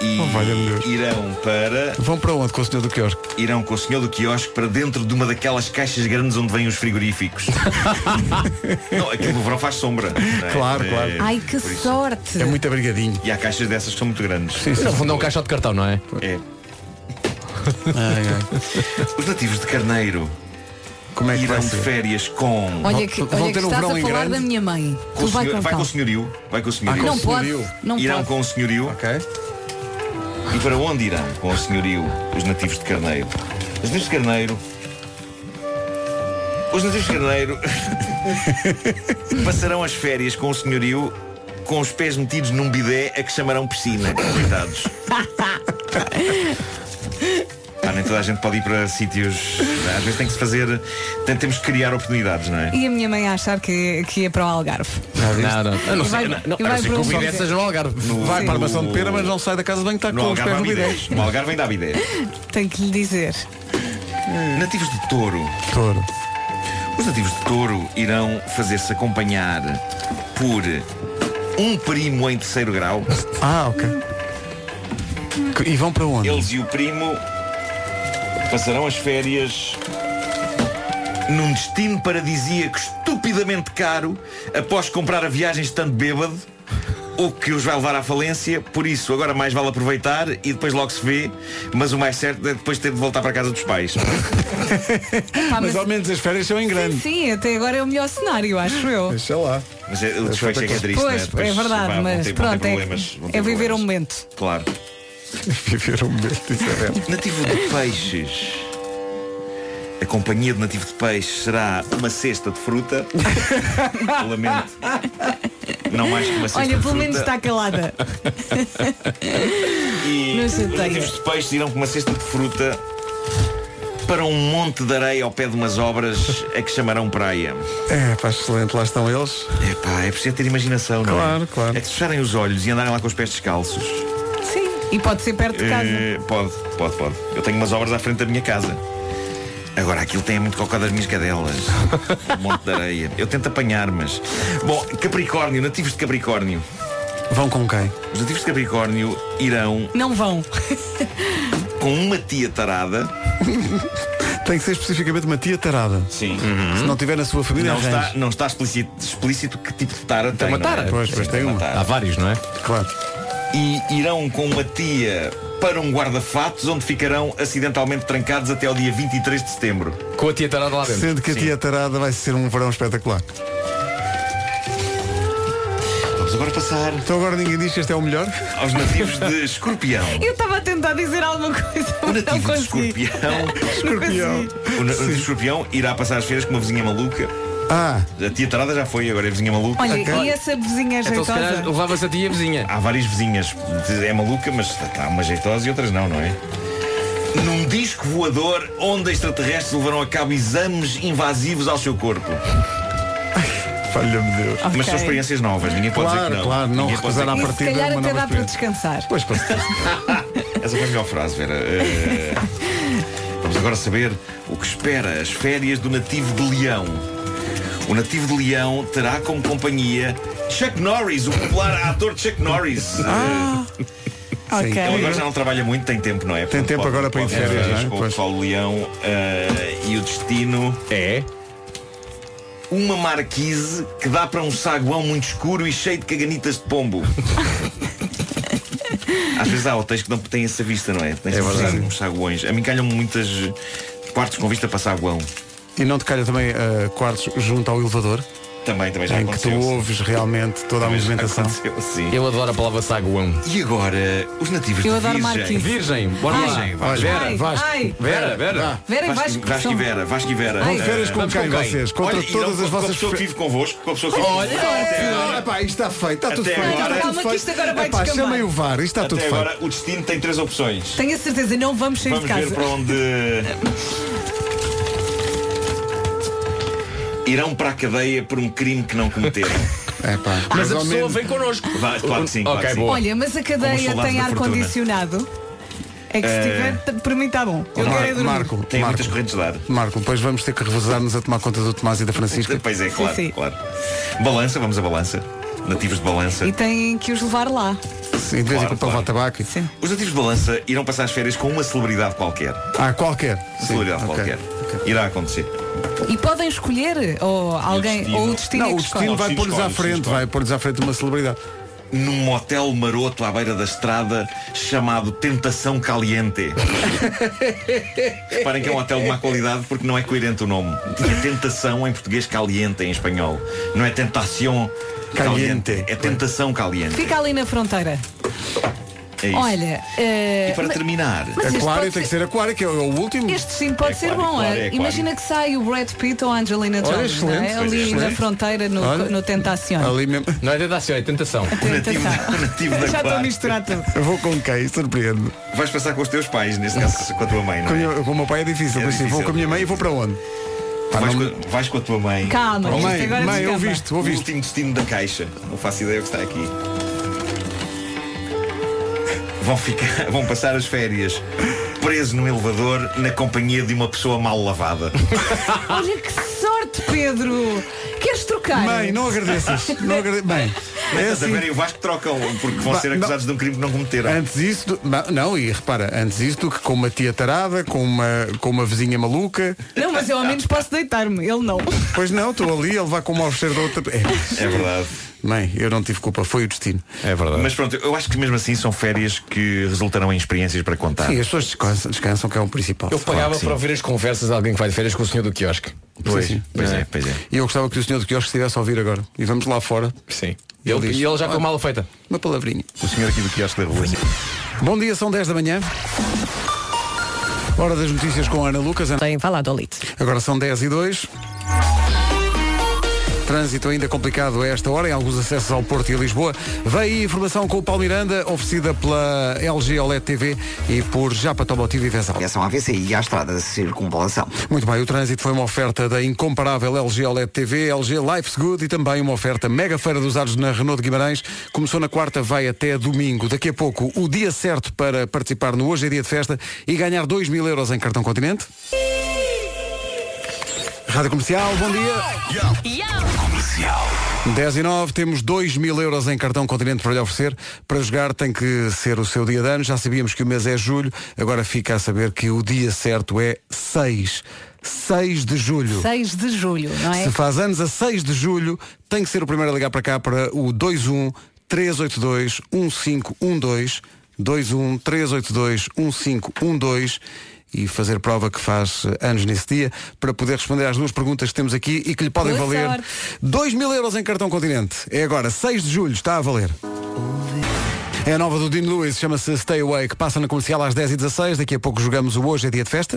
E
Oh, valha-me Deus.
irão para
Vão para onde com o senhor do quiosque?
irão com o senhor do quiosque para dentro de uma daquelas caixas grandes onde vêm os frigoríficos. não, aquilo no verão faz sombra. não é?
Claro,
É,
claro.
Ai, que
por isso. um-
sorte.
É muito abrigadinho.
E há caixas dessas que são muito grandes.
No fundo é um caixote de cartão, não é?
É.
Ai, ai.
Os nativos de Carneiro
Como é que
irão
vai
de
ser?
férias com.
Olha que,
Vão
olha que
ter um
estás a
verão
falar
em
da
grande?
minha mãe.
com
Tu
o
vai
senhor- vai com o
contar. Ah,
senhorio. Vai com o senhorio.
Não pode.
senhorio.
Não
irão
pode.
com o senhorio.
Ok.
E para onde irão com o senhorio os nativos de Carneiro? Os nativos de Carneiro. Os nativos de Carneiro passarão as férias com o senhorio com os pés metidos num bidé a que chamarão piscina. Coitados. Ah, nem toda a gente pode ir para sítios. Às vezes tem que se fazer. tem- Temos que criar oportunidades, não é?
E a minha mãe a achar que, que ia para o Algarve.
Não, não. A não
E vai-
ser, não, não,
e
a não
vai para
ser que o
um
Bidé
sítio.
seja no Algarve.
No-
Vai
Sim.
para a maçã de pera, mas não sai da casa de banho, está
No
com os pés
Algarve há
no bidé.
bidés. No Algarve ainda há bidés.
Tenho que lhe dizer.
Nativos de touro.
Touro.
Os nativos de touro irão fazer-se acompanhar por um primo em terceiro grau.
Ah, ok. Que- E vão para onde?
Eles e o primo Passarão as férias num destino paradisíaco estupidamente caro após comprar a viagem estando bêbado, o que os vai levar à falência. Por isso, agora mais vale aproveitar e depois logo se vê. Mas o mais certo é depois ter de voltar para a casa dos pais.
mas ao menos as férias são em
Hum.
grande.
Sim, até agora é o melhor cenário, acho eu.
Deixa lá.
Mas é, o desfecho é que é triste, não é?
Pois, é
Depois,
verdade,
pá, vão
mas
ter- vão ter
pronto, é,
problemas, vão ter
é viver o
problemas.
momento.
Claro.
Viver um momento diferente.
Nativo de peixes. A companhia de nativo de peixes será uma cesta de fruta. Lamento. Não mais que uma cesta
Olha,
de
pelo
fruta.
menos está calada.
E
Não
os
chateia.
nativos de peixes irão com uma cesta de fruta para um monte de areia ao pé de umas obras a que chamarão praia.
É, pá, excelente, lá estão eles.
É pá, é preciso ter imaginação, não é? Claro, claro. É que se fecharem os olhos e andarem lá com os pés descalços.
Sim, e pode ser perto de casa.
Eh, pode, pode, pode. Eu tenho umas obras à frente da minha casa. Agora, aquilo tem muito cocó das minhas cadelas. um monte de areia. Eu tento apanhar, mas. Bom, Capricórnio, nativos de Capricórnio.
Vão com quem?
Os nativos de Capricórnio irão
Não vão.
com uma tia tarada.
Tem que ser especificamente uma tia tarada.
Sim.
Se não tiver na sua família,
Uhum. Hum? Não
arranje.
está, não está explícito, explícito que tipo de tara tem.
uma
não é?
tara. Pois, pois, tem uma.
Há
vários, não é?
Claro.
E irão com uma tia para um guarda-fatos onde ficarão acidentalmente trancados até ao dia 23 de setembro.
Com a tia tarada lá dentro.
Sendo que a
Sim.
tia tarada vai ser um verão espetacular.
Vamos agora passar.
Então agora ninguém diz que este é o melhor.
Aos nativos de Escorpião.
Eu estava a tentar dizer alguma coisa,
O
mas não
nativo de
consegui.
um escorpião.
Escorpião.
O nativo de escorpião irá passar as férias com uma vizinha maluca.
Ah.
A tia Tarada já foi, agora é a vizinha maluca.
Olha, e essa
então,
vizinha
Então,
jeitosa?
levava-se a tia vizinha. Há várias vizinhas. É maluca, mas há uma jeitosa e outras não, não é? Num disco voador onde extraterrestres levarão a cabo exames invasivos ao seu corpo.
Falha-me Deus.
Mas são
Ok.
experiências novas, ninguém Ah. pode dizer
Claro,
que não.
claro, não
Ninguém pode
recusar
dizer
à
que não.
Se calhar até dá para descansar.
Pois, pois.
Essa foi a melhor frase, Vera. Eh, vamos agora saber o que espera as férias do nativo de Leão. O nativo de Leão terá como companhia Chuck Norris, o popular ator Chuck Norris.
Ah,
Eh,
ok.
Ele agora já não trabalha muito, tem tempo, não é?
Tem tempo agora para ir de
pode
férias, não é?
com o
Pois.
pessoal de Leão eh, e o destino é uma marquise que dá para um saguão muito escuro e cheio de caganitas de pombo. Às vezes há hotéis que não têm essa vista, não é? Tens é
verdade.
uns saguões. A mim calham muitas quartos com vista para saguão.
E não te calha também ah, quartos junto ao elevador?
Também, também já
Em que tu
aconteceu.
ouves realmente toda a
Também já
movimentação.
aconteceu, sim.
Eu adoro a palavra saguão.
E agora, os nativos
Eu
de
adoro
Virgem.
Marquise. Virgem, bora lá.
Virgem, vá.
Olha, Vera, Vasco.
ai.
Vera, Vera.
Vera e Vasco, que
Vasco
são-
e Vera, Vasco e Vera.
Vão de férias com
Vamos
quem vocês? Contra
Olha, irão
todas
com-
as
Com
vossas
a pessoa que
fe-
vive convosco, com a pessoa que vive
Olha,
convosco. Até agora-
olha, pá, isto está feito, está tudo
Até
feito.
agora-
está tudo
Calma que
feito.
isto agora vai
Epá,
descambar.
chamem o VAR, isto está tudo
Até
feito.
agora o destino tem três opções.
Tenho a certeza, não vamos sair
Vamos
de casa.
ver para onde. Irão para a cadeia por um crime que não cometeram.
É pá.
Mas a pessoa vem connosco.
Vai, claro que sim. claro
Ok,
que sim.
Olha, mas a
Como os
cadeia
soldados
tem
da fortuna.
ar-condicionado? É que se
É.
tiver, t- para mim está bom. Eu
Mar-
quero é dormir.
Marco,
Tem
Marco,
muitas correntes de ar.
Marco, depois vamos ter que revezar-nos a tomar conta do Tomás e da Francisca.
Pois é, claro,
sim.
claro. Balança, vamos a balança. Nativos de balança.
E têm que os levar lá.
Sim, de vez em quando para levar tabaco.
Os nativos de balança irão passar as férias com uma celebridade qualquer.
Ah, qualquer.
Uma celebridade qualquer.
é
Irá acontecer.
E podem escolher, ou alguém, ou o destino é
Não,
que
o
escolhe.
destino vai pôr-lhes à frente, vai pôr-lhes à frente uma celebridade.
Num hotel maroto à beira da estrada chamado Tentação Caliente. Reparem que é um hotel de má qualidade porque não é coerente o nome. Tinha tentação em português caliente em espanhol. Não é tentação caliente. É tentação caliente.
Fica ali na fronteira.
É isso.
Olha, eh,
e para
mas-
terminar.
mas este
Aquário
pode
tem que ser aquário, que é o último.
Este sim pode
É
ser
claro,
bom.
claro,
eh?
é claro.
Imagina que sai o Brad Pitt ou a Angelina
Olha,
Jolie, não
excelente,
é?
pois,
ali na
excelente.
fronteira no,
Olha.
no Tentacion.
Ali mesmo.
Não é tentação, é tentação.
nativo de
Já estou a
aquário.
misturar tudo.
Vou com quem? Surpreendo.
Vais passar com os teus pais, neste caso com a tua mãe, não é?
Com, a minha- com o meu pai é difícil,
É
mas sim, vou
difícil.
com a minha mãe e vou para onde? Pá,
vais,
não-
com, vais com a tua mãe.
Calma,
Para
isto
onde?
agora Mãe, descamba. ouviste,
O último destino da caixa. Não faço ideia o que está aqui. Vão, ficar, vão passar as férias preso no elevador na companhia de uma pessoa mal lavada.
É
Olha que sorte, Pedro! Queres trocar?
Mãe, não agradeças. Não agrade... Mãe,
Mas
É
estás a
assim.
ver, e o Vasco trocam, porque vão
Ba- É
ser acusados de um crime que não cometeram.
Antes isso, do- ma- não, e repara, antes isso do que com uma tia tarada, com uma, com uma vizinha maluca.
Não, mas eu ao menos posso deitar-me, ele não.
Pois não, estou ali, ele vai com uma oferecer da outra. É,
É verdade.
Mãe, eu não tive culpa, foi o destino.
É verdade. Mas pronto, eu acho que mesmo assim são férias que resultarão em experiências para contar.
Sim, as pessoas descansam, descansam que é o principal.
Eu
Claro
pagava
que sim.
para
ouvir as conversas de alguém que vai de férias com o senhor do quiosque.
Pois,
Sim, sim.
pois
Não
é, pois é.
E eu gostava que o senhor do quiosque estivesse a ouvir agora. E vamos lá fora. Sim.
E ele, e ele já com a mala feita.
Uma palavrinha.
O senhor aqui do quiosque da rua.
Bom dia, são 10 da manhã. Hora das notícias com a Ana Lucas.
Tem falado ao Lito.
Agora são 10 e 2. Trânsito ainda complicado a esta hora, em alguns acessos ao Porto e a Lisboa. Vem aí a informação com o Paulo Miranda, oferecida pela LG OLED TV e por Japa Tomotivo e Vesal.
Atenção à VCI e à estrada de circunvalação.
Muito bem, o trânsito foi uma oferta da incomparável LG OLED TV, LG Life's Good e também uma oferta mega feira dos usados na Renault de Guimarães. Começou na quarta, vai até domingo. Daqui a pouco, o dia certo para participar no Hoje é Dia de Festa e ganhar 2 mil euros em cartão continente. Rádio Comercial, bom dia. 10 e 9, temos 2 mil euros em cartão continente para lhe oferecer. Para jogar tem que ser o seu dia de ano. Já sabíamos que o mês é julho, agora fica a saber que o dia certo é 6. 6 de julho.
6 de julho, não é?
Se faz anos a 6 de julho, tem que ser o primeiro a ligar para cá para o 21 382 1512 21 382 1512 e fazer prova que faz eh, anos nesse dia para poder responder às duas perguntas que temos aqui e que lhe podem
Boa
valer
sorte.
2 mil euros em cartão continente. É agora, 6 de julho, está a valer. É a nova do Dean Lewis, chama-se Stay Away, que passa na comercial às 10h16. Daqui a pouco jogamos o Hoje é Dia de Festa.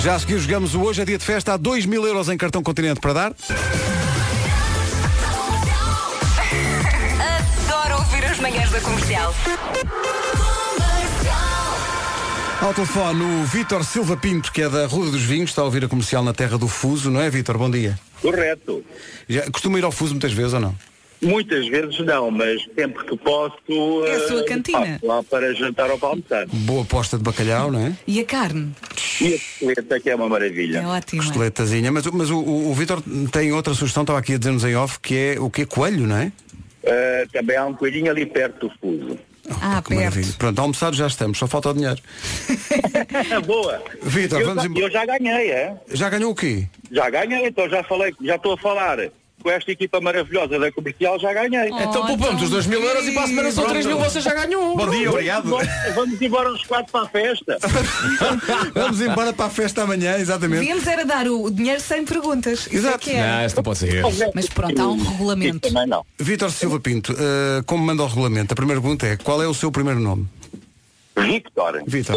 Já a seguir jogamos o Hoje é Dia de Festa. Há 2 mil euros em cartão continente para dar.
Adoro ouvir as manhãs da comercial.
Ao telefone, o Vítor Silva Pinto, que é da Rua dos Vinhos, está a ouvir a comercial na Terra do Fuso, não é, Vítor? Bom dia.
Correto.
Já costuma ir ao Fuso muitas vezes ou não?
Muitas vezes não, mas sempre que posso.
É a
eh,
sua cantina.
passo lá para jantar ou para almoçar.
Boa aposta de bacalhau, não é?
E a carne?
E a coleta que é uma maravilha.
É ótima.
Coletazinha. Mas, o- mas o, o, o Vítor tem outra sugestão, estava aqui a dizer-nos em off, que é o que é coelho, não é?
Eh, também há um coelhinho ali perto do fuso.
Ah,
Que maravilha. Pronto, almoçado já estamos, só falta o dinheiro.
É Boa.
Vítor,
eu,
vamos
já,
embora.
eu já ganhei, é?
Já ganhou o quê?
Já ganhei, então já falei, já estou a falar. Com esta equipa maravilhosa da comercial já ganhei.
Oh, Então poupamos tão os dois mil euros e para a semana são querido. três mil, você já ganhou. Bom dia, obrigado.
Vamos, vamos embora os quatro para a festa.
Vamos embora para a festa amanhã, exatamente.
Devíamos era dar o dinheiro sem perguntas. Isso é que
Não,
era.
isso não pode ser.
Mas pronto, há um regulamento.
Vítor Silva Pinto, eh, como manda o regulamento, a primeira pergunta é qual é o seu primeiro nome?
Victor.
Victor.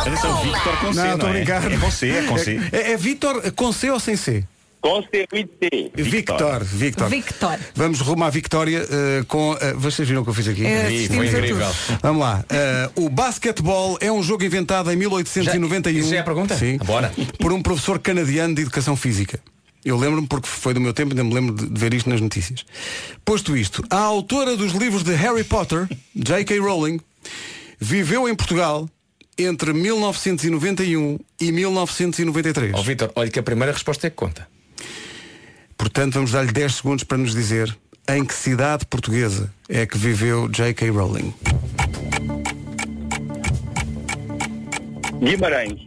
Atenção, Victor com C,
não, estou
não
a
é?
brincar.
É com C, é com C.
É, é Vítor com C ou sem C?
Com C, C.
Victor, Victor.
Victor.
Vamos rumo à vitória eh, com. eh, vocês viram o que eu fiz aqui?
É, Sim, foi assistimos a incrível. tudo.
Vamos lá. Eh, o basquetebol é um jogo inventado em 1891.
Já- isso já é a pergunta?
Sim.
Bora.
Por um professor canadiano de educação física. Eu lembro-me porque foi do meu tempo, ainda me lembro de de ver isto nas notícias. Posto isto, a autora dos livros de Harry Potter, J.K. Rowling, viveu em Portugal entre 1991 e 1993.
Ó Vítor, olha que a primeira resposta é que conta.
Portanto, vamos dar-lhe 10 segundos para nos dizer em que cidade portuguesa é que viveu J.K. Rowling.
Guimarães.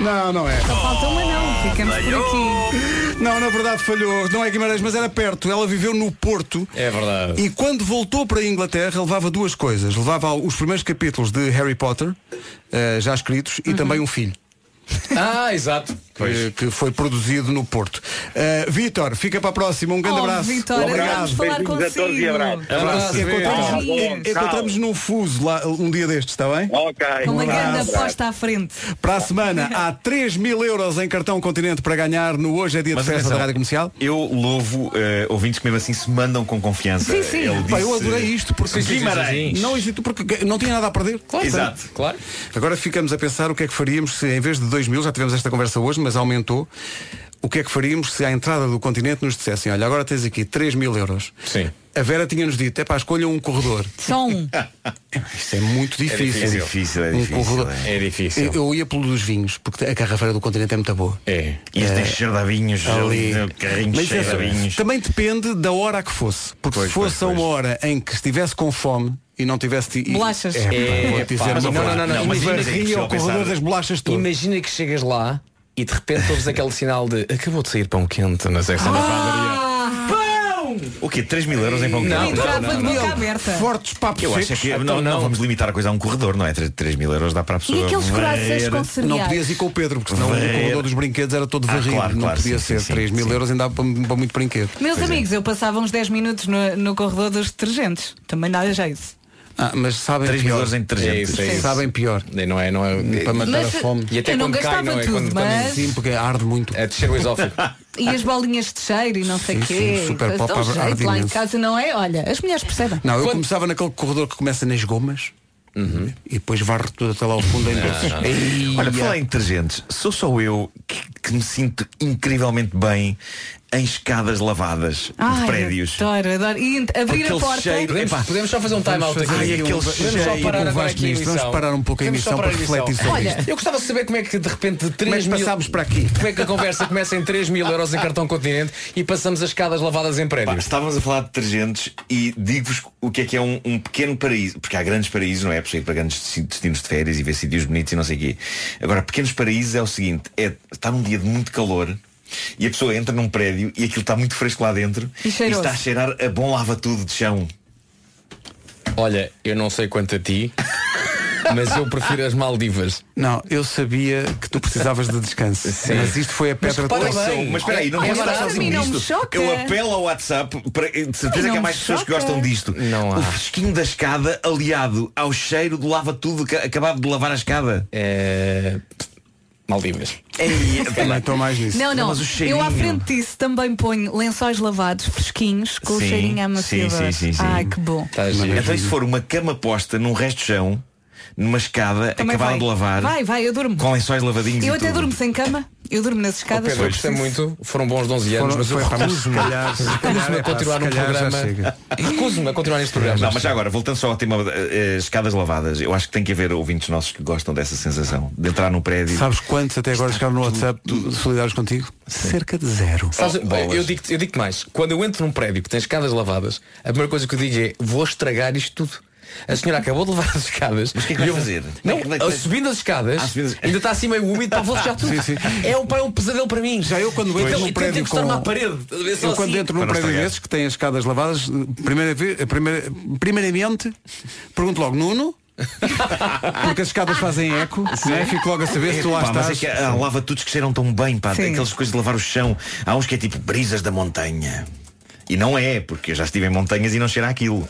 Não, não é.
Só falta uma não, ficamos por aqui.
Não, na verdade falhou. Não é Guimarães, mas era perto. Ela viveu no Porto.
É verdade.
E quando voltou para a Inglaterra, levava duas coisas. Levava os primeiros capítulos de Harry Potter, eh, já escritos, e também um filho.
Uhum. Ah, exato.
Que, que foi produzido no Porto. Eh, Vitor, fica para a próxima. Um grande
Oh,
abraço.
Vitor, adoramos falar Beijinhos a todos consigo. e abraço.
É
Abraço.
Abraço,
Encontramos,
Beijinhos.
encontramos num fuso lá um dia destes, está bem?
Ok.
Com uma grande aposta à frente.
Para a semana há 3 mil euros em cartão continente para ganhar no Hoje é Dia de Festa da Rádio Comercial.
Eu louvo eh, ouvintes que mesmo assim se mandam com confiança.
Sim, sim.
Ele
Pá, eu
disse-
adorei isto porque
Guimarães.
Não hesito porque não tinha nada a perder. Claro.
Exato,
claro. Agora ficamos a pensar o que é que faríamos se em vez de 2 mil, já tivemos esta conversa hoje, mas aumentou. O que é que faríamos se à entrada do continente nos dissessem, olha, agora tens aqui 3 mil euros.
Sim.
a Vera tinha-nos dito, é pá, escolham um corredor.
Só um.
Isto é muito
É
difícil.
difícil. É difícil, é
Um
difícil,
corredor-
é. É difícil.
Eu, eu ia pelo dos vinhos, porque a carrafeira do continente é muito boa.
É. E este
É.
é. cheiro de avinhos, ali, né, Então,
Ali.
o carrinho
Mas
cheio de
atenção,
avinhos.
também depende da hora que fosse. Porque
Pois,
se fosse
pois,
a uma hora em que estivesse com fome e não tivesse. e-
Bolachas.
É, pá,
É,
vou
pá,
dizer,
mas
uma
não,
coisa.
não, não, não,
Mas
imagina
varria
que
o corredor das bolachas todo.
Imagina que chegas lá e de repente ouves aquele sinal de acabou de sair pão quente na secção da padaria.
Ah,
Pão!
O quê? 3 mil euros em pão
Não,
quente?
entrava de boca
aberta.
Fortes papos
Eu acho
secos.
que é-
Então
ah, não, não vamos limitar a coisa a um corredor, não é? 3 mil euros dá para a pessoa. varrer.
Não podias ir com o Pedro, porque senão o
Varrer.
corredor dos brinquedos era todo
é. Ah,
varrido.
claro,
não
claro,
podia
sim,
ser.
sim, sim,
3 mil euros ainda dá para, para muito brinquedo.
Meus amigos, eu passava uns 10 minutos no, no corredor dos detergentes. Também é dá jeito.
Ah, mas sabem
3 mil
pior.
euros em
É
detergente.
isso, é isso. Sabem pior.
Não é, não é.
Para matar
Mas,
a fome.
E até eu não quando cai, gastava não é? tudo, Quando- quando- mas-
Sim, porque arde muito.
É descer o esófago.
Ah.
E as bolinhas de cheiro e não sei o
Sim,
quê.
sim, super
Dá
pop
um
arde
jeito lá em
imenso.
casa, não é? Olha, as mulheres percebem.
Não, eu começava naquele corredor que começa nas gomas
Uhum.
e depois varre tudo até lá ao fundo em doces. Ei,
Olha, falar
ia.
em detergentes, sou só eu que, que me sinto incrivelmente bem em escadas lavadas de
Ai,
prédios.
Adoro, adoro. E ent- abrir
Aquele
a porta.
cheiro, Podemos- epá, podemos
só fazer um
time out aqui. Ai, aquele cheiro.
parar
Com
agora
Vasco
aqui a
nisto, vamos
emissão.
parar um pouco a
Vamos só
emissão
parar
para refletir sobre
Olha,
isto.
eu gostava de saber como é que de repente de 3
Como é que
mil...
passámos para aqui?
Como é que a conversa começa em 3 mil euros em cartão continente e passamos as escadas lavadas em
Pá,
prédios?
estávamos a falar de detergentes e digo-vos o que é que é um, um pequeno paraíso, porque há grandes paraísos, não é? Para ir para grandes desti- destinos de férias e ver sítios bonitos e não sei o quê. Agora, pequenos paraísos é o seguinte, é, está num dia de muito calor e a pessoa entra num prédio e aquilo está muito fresco lá dentro
E cheiroso.
está a cheirar a bom lava-tudo de chão.
Olha, eu não sei quanto a ti, mas eu prefiro as Maldivas.
Não, eu sabia que tu precisavas de descanso.
Sim.
Mas isto foi a
Mas
pedra
repara
toda.
bem,
Mas espera aí, não vou
É
estar
verdade, a mim
sozinho
não me
nisto.
choca.
Eu apelo ao WhatsApp, para, de certeza
Ai,
que
não
há mais
me
pessoas que
choca.
gostam disto.
Não há.
O fresquinho da escada aliado ao cheiro do lava-tudo que- acabado de lavar a escada.
É... Maldivas.
Também estou mais nisso.
Não, não. eu à frente disso também ponho lençóis lavados, fresquinhos, com o
Sim,
cheirinho amaciador.
sim, sim, sim, sim.
Ai, que bom.
Então e se for uma cama posta num resto de chão, numa escada,
Também
acabada
Então, vai.
de lavar,
Vai, vai, eu durmo.
com lençóis lavadinhos
Eu
e
até
tudo.
durmo sem cama. Eu durmo nas escadas.
Pedro, eu
é
gostei muito, foram bons 11 anos,
Foram-
mas eu
foi, pá, mas se
recuso-me
calhar- se
recuso-me
calhar,
a
é pá,
continuar
se
num
calhar já
programa.
chega.
Recuso-me a continuar neste programa.
Não, mas já agora, voltando só ao tema eh, eh, escadas lavadas, eu acho que tem que haver ouvintes nossos que gostam dessa sensação de entrar num prédio.
Sabes quantos até
é
agora chegaram no WhatsApp solidários contigo? Cerca de zero.
Sabes,
Oh,
bem, eu digo eu digo mais. Quando eu entro num prédio que tem escadas lavadas, a primeira coisa que eu digo é vou estragar isto tudo. A senhora acabou de levar as escadas. Mas o
que é que vai fazer?
Não,
Como é que vai-
subindo as escadas,
Ah, subindo as-
ainda está assim meio úmido, pá, vou deixar tudo.
Sim, sim.
É, um, pá, é um pesadelo para mim. Então, Já
eu quando entro num prédio
tenho que estar
com-
à parede. estás a ver, só
Eu quando
assim.
entro num prédio desses que tem as escadas lavadas, primeira vez, a primeira, primeiramente, pergunto logo, Nuno? Porque as escadas fazem eco, não é? fico logo a saber se tu lá
Epá,
estás.
Mas é que há lava-tudos que cheiram tão bem, pá.
Sim.
Aquelas coisas de lavar o chão. Há uns que é tipo brisas da montanha. E não é, porque eu já estive em montanhas e não cheira aquilo.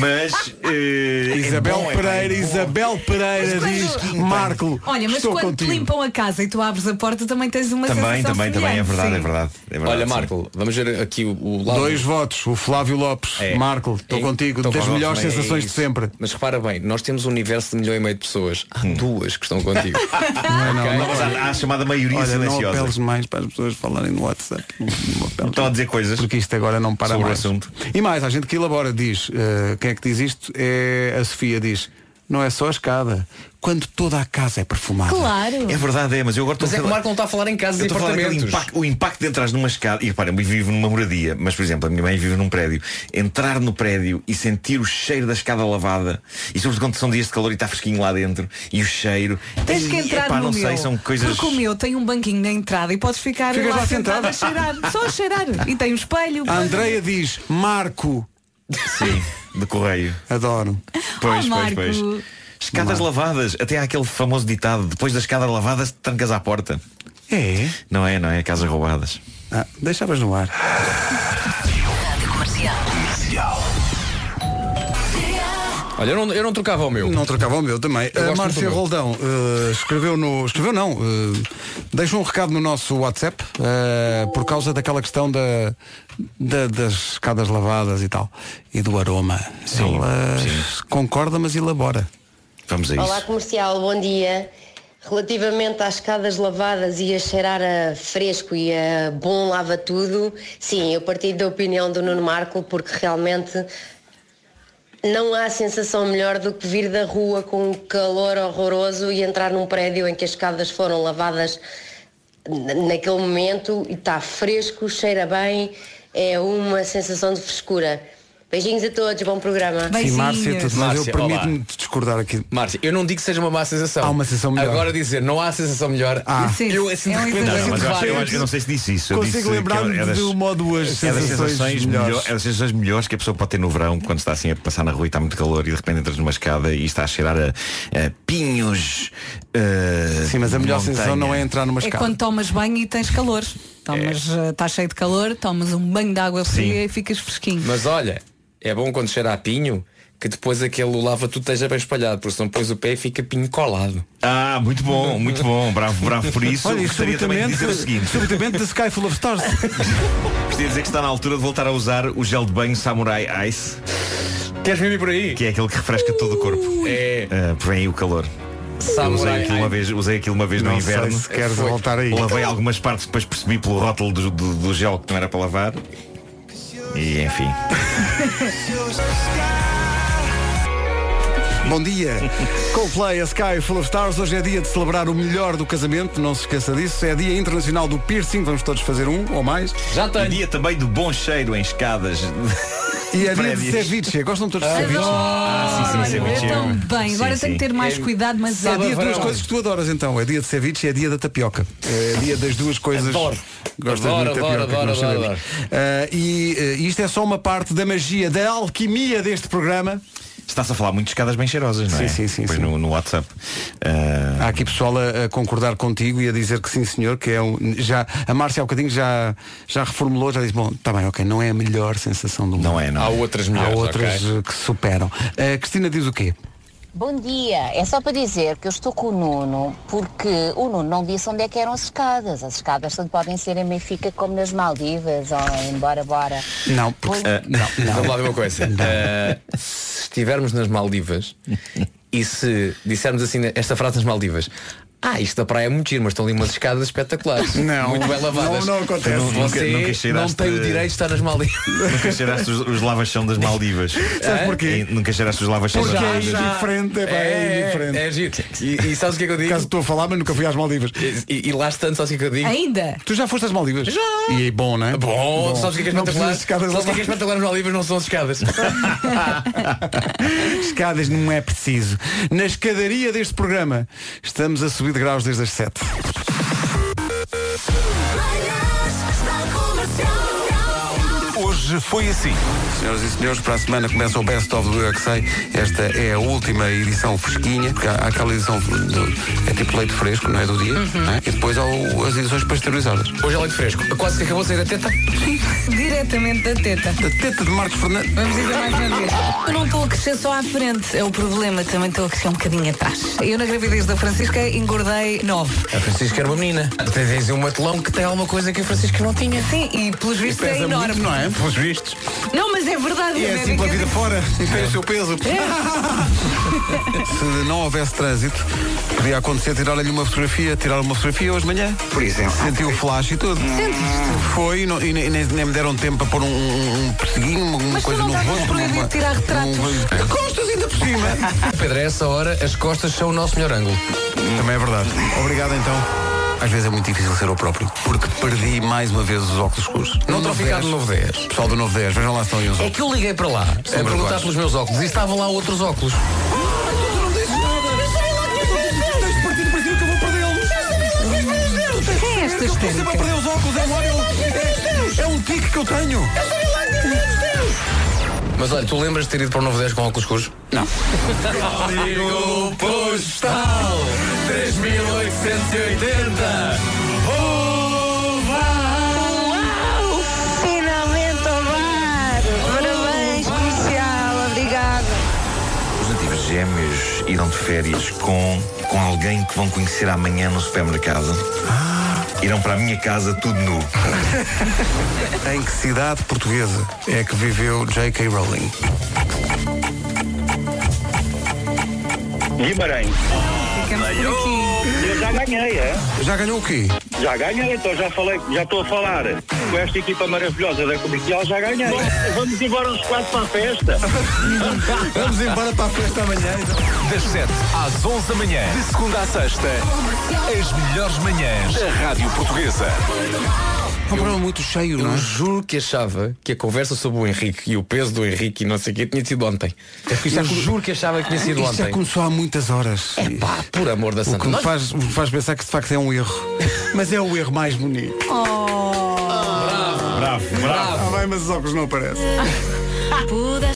Mas. eh, é
Isabel
bom, é pá,
Pereira,
é bom.
Isabel Pereira
Mas
diz,
quando-
Marco,
Olha, mas
estou
quando
contigo.
te limpam a casa e tu abres a porta, também tens uma
Também,
sensação
também, também, é
semelhante,
verdade,
sim.
é verdade, é verdade.
Olha,
sim.
Marco, vamos ver aqui o, o lado.
Dois votos, o Flávio Lopes. Marco, estou
É,
contigo,
estou
das
contigo
melhores
também, é
sensações de
isso.
sempre.
Mas repara bem, nós temos um universo de milhão e meio de pessoas. Há
Hum.
duas que estão contigo.
Não, não,
Ok?
não.
Mas há, há a chamada maioria
Olha, não
silenciosa.
apeles mais para as pessoas falarem no WhatsApp.
Estão Então a dizer coisas.
Porque isto agora não para
Sobre o
mais.
assunto.
E mais, há gente que elabora, diz, eh, quem é que diz isto? É a Sofia diz, não é só a escada, quando toda a casa é perfumada.
Claro.
É verdade, é, mas eu agora estou
Mas é
a
que o
falar-
Marco não está a falar em casas
Eu
e
estou a falar daquele
apartamentos.
impacto- o impacto de entrar numa escada E reparem, eu vivo numa moradia Mas por exemplo, a minha mãe vive num prédio Entrar no prédio e sentir o cheiro da escada lavada E sobretudo quando são dias de calor e está fresquinho lá dentro E o cheiro
Tens que
Ei,
entrar
epá,
no
não
meu.
sei, são coisas
Porque o meu tem um banquinho na entrada e podes ficar
Ficas
lá
lá
sentado
sentada.
a cheirar. Só a cheirar. E tem um espelho.
A Andreia diz, Marco.
Sim, de correio
Adoro
Pois,
Oh,
pois,
Marco.
pois Escadas lavadas, até há aquele famoso ditado Depois das escadas lavadas, trancas à porta
É?
Não é, não é, casas roubadas
Ah, deixavas no ar.
Olha, eu não, eu não trocava o meu.
Não trocava o meu também.
Eu
A
gosto
Márcia
muito do meu.
Roldão eh, escreveu no. Escreveu não. eh, deixa um recado no nosso WhatsApp eh, por causa daquela questão da, da- das escadas lavadas e tal. E do aroma. Ela concorda, mas elabora.
Vamos a
Olá comercial, bom dia.
Relativamente às escadas lavadas e a cheirar a fresco e a bom lava-tudo, sim, eu partilho da opinião do Nuno Marco porque realmente não há sensação melhor do que vir da rua com um calor horroroso e entrar num prédio em que as escadas foram lavadas na- naquele momento e está fresco, cheira bem, é uma sensação de frescura. Beijinhos a todos, bom programa.
Sim, Márcia, tudo, mas eu
Márcia, olá.
permito-me discordar aqui.
Márcia, eu não digo que seja uma má sensação. Há uma sensação
melhor.
Agora dizer, não há sensação melhor.
Ah.
eu assim de repente
Não, não,
sinto
mas eu, acho, eu,
várias.
acho, eu não sei se disse isso. Eu
Consigo
disse que
lembrar-me
é das-
de um uma ou duas
é das
sensações
melhor-
melhores.
é das sensações melhores que a pessoa pode ter no verão quando está assim a passar na rua e está muito calor e de repente entras numa escada e está a cheirar a, a pinhos. eh,
Sim, mas a melhor sensação não é entrar numa
É quando tomas banho e tens calor. Tomas,
É.
eh, Estás cheio de calor, tomas um banho de água fria e ficas fresquinho.
Mas olha, é bom quando cheira a pinho que depois aquele lava tudo esteja bem espalhado, porque senão depois o pé e fica pinho colado.
Ah, muito bom, muito bom. Bravo, bravo por isso.
Olha, e
Gostaria também de dizer o seguinte.
Subitamente, the sky full of stars.
Gostaria de dizer que está na altura de voltar a usar o gel de banho Samurai Ice.
Queres ver por aí?
Que é aquele que refresca todo o corpo. Eh,
É.
por aí o calor. Eu
Samurai
usei aquilo uma vez, usei aquilo uma vez
Não
no
sei
inverno.
se queres Foi. voltar aí.
Lavei algumas partes que depois percebi pelo rótulo do, do- do gel que não era para lavar. E enfim.
Bom dia. Coldplay, a Sky Full of Stars. Hoje é dia de celebrar o melhor do casamento, não se esqueça disso. É dia internacional do piercing, vamos todos fazer um ou mais.
Já
E dia também do bom cheiro em escadas.
E é dia de
Prédios.
ceviche. Gostam todos de
Adoro.
ceviche?
Ah, sim, sim,
Olha,
ceviche.
eu também, agora
Sim,
tenho
sim.
que ter mais
É-
cuidado, mas
É dia de duas coisas que tu adoras então. É dia de ceviche e é dia da tapioca. É dia das duas coisas.
Adoro.
Gostas
Adoro,
muito de tapioca,
adoro,
que nós
adoro,
sabemos.
adoro.
Ah, e ah, isto é só uma parte da magia, da alquimia deste programa.
Está-se a falar muito de escadas bem cheirosas, não é?
Sim, sim, sim,
Depois
sim.
No, no WhatsApp. Ah,
Há aqui pessoal a, a concordar contigo e a dizer que sim senhor, que é um, já a Márcia há um bocadinho já, já reformulou, já disse, bom, está bem, ok, não é a melhor sensação do mundo. Não
é, não.
Há outras
Há
melhores,
outras
ok.
eh, que superam. A Cristina diz o quê?
Bom dia, é só para dizer que eu estou com o Nuno porque o Nuno não disse onde é que eram as escadas. As escadas tanto podem ser em Benfica como nas Maldivas ou em Bora Bora.
Não,
porque-
não, Ah, Vamos lá ver uma coisa. Ah, se estivermos nas Maldivas e se dissermos assim esta frase nas Maldivas. Ah, isto da praia é muito giro, mas estão ali umas escadas espetaculares.
Não.
muito bem lavadas.
Não, não acontece.
Você
Nunca- nunca
não
cheiraste-
tem o direito de estar nas Maldivas.
Nunca cheiraste os, os lavachão das Maldivas.
Sabes
porquê? Nunca cheiraste os lavachão das
Porque é
Maldivas.
indiferente, é, pá, é, indiferente.
É giro. E, e sabes o que é que eu digo?
Caso estou a falar, mas nunca fui às Maldivas.
E, e lá estando, sabes o que é que eu digo?
Ainda?
Tu já foste às Maldivas? Já! E é bom, não é?
Bom, sabes o que é que é
Não
espetacular?
precisas de escadas
Sabes o que é que é
lá.
espetacular nas Maldivas? Não são as escadas.
Escadas não é preciso. Na escadaria deste programa, estamos a subir de graus desde as 7.
Hoje foi assim.
Senhoras e senhores, para a semana começa o Best of do Eu É Que Sei. Esta é a última edição fresquinha, porque há há aquela edição do- é tipo leite fresco, não é do dia, não é? e depois há o- as edições pasteurizadas.
Hoje é leite fresco. Quase que acabou de sair da teta.
Diretamente da teta.
Da teta de Marcos Fernandes.
Vamos dizer mais uma vez. Eu não estou a crescer só à frente. É o problema, também estou a crescer um bocadinho atrás.
Eu na gravidez da Francisca engordei 9.
A Francisca era uma menina. Tens um matelão que tem alguma coisa que a Francisca não tinha.
Sim, e pelos vistos é enorme.
é? Pelos vistos.
Não, mas é verdade. eu mesmo que-
assim fora. E tem o seu peso.
É.
Se não houvesse trânsito, podia acontecer tirar-lhe uma fotografia, tirar uma fotografia hoje de manhã. Por exemplo. Senti o flash e tudo. Sentiste? Foi e, não- e nem, nem me deram tempo para pôr um, um, um perseguinho, uma uma
Mas tu
coisa
não
no
estavas
rosto.
proibido
uma-
de tirar retratos.
De costas ainda por cima.
Pedro, a essa hora as costas são o nosso melhor ângulo.
Também é verdade. Obrigado então. Às vezes é muito difícil ser o próprio, porque perdi mais uma vez os óculos escuros.
Não terão ficado no Novo 10.
Pessoal do Novo 10, vejam lá se estão aí os
É que eu liguei para lá a
Sombra
perguntar
quatro.
pelos meus óculos e estavam lá outros óculos.
Quem é esta histérica?
um É um tique que eu tenho.
Mas olha, tu lembras de ter ido para o Novo 10 com óculos escuros? Não.
Código
postal 3880.
Uau!
Finalmente ao bar! Parabéns, comercial, obrigada!
Os nativos gêmeos irão de férias com, com alguém que vão conhecer amanhã no supermercado.
Ah.
Irão para a minha casa tudo nu.
Em que cidade portuguesa é que viveu J.K. Rowling?
Guimarães.
Ficamos por
aqui. Eu já ganhei, é?
Já ganhou o quê?
Já ganhei, então já falei, já estou a falar com esta equipa maravilhosa da comercial, já ganhei. Vamos embora os quatro para a festa.
Vamos embora para a festa amanhã. então.
Das 7 às 11 da manhã, de segunda à sexta, as melhores manhãs da Rádio Portuguesa.
É um programa muito cheio,
não é? Eu juro que achava que a conversa sobre o Henrique e o peso do Henrique e não sei o quê tinha sido ontem. Eu juro é que achava que tinha sido
Isto já
ontem.
começou há muitas horas. É
pá, por amor da
O
santa.
que me
Nós-
faz, me faz pensar que de facto é um erro. Mas é o erro mais bonito.
Oh.
Bravo, bravo. Ah, bem, mas os óculos não aparecem.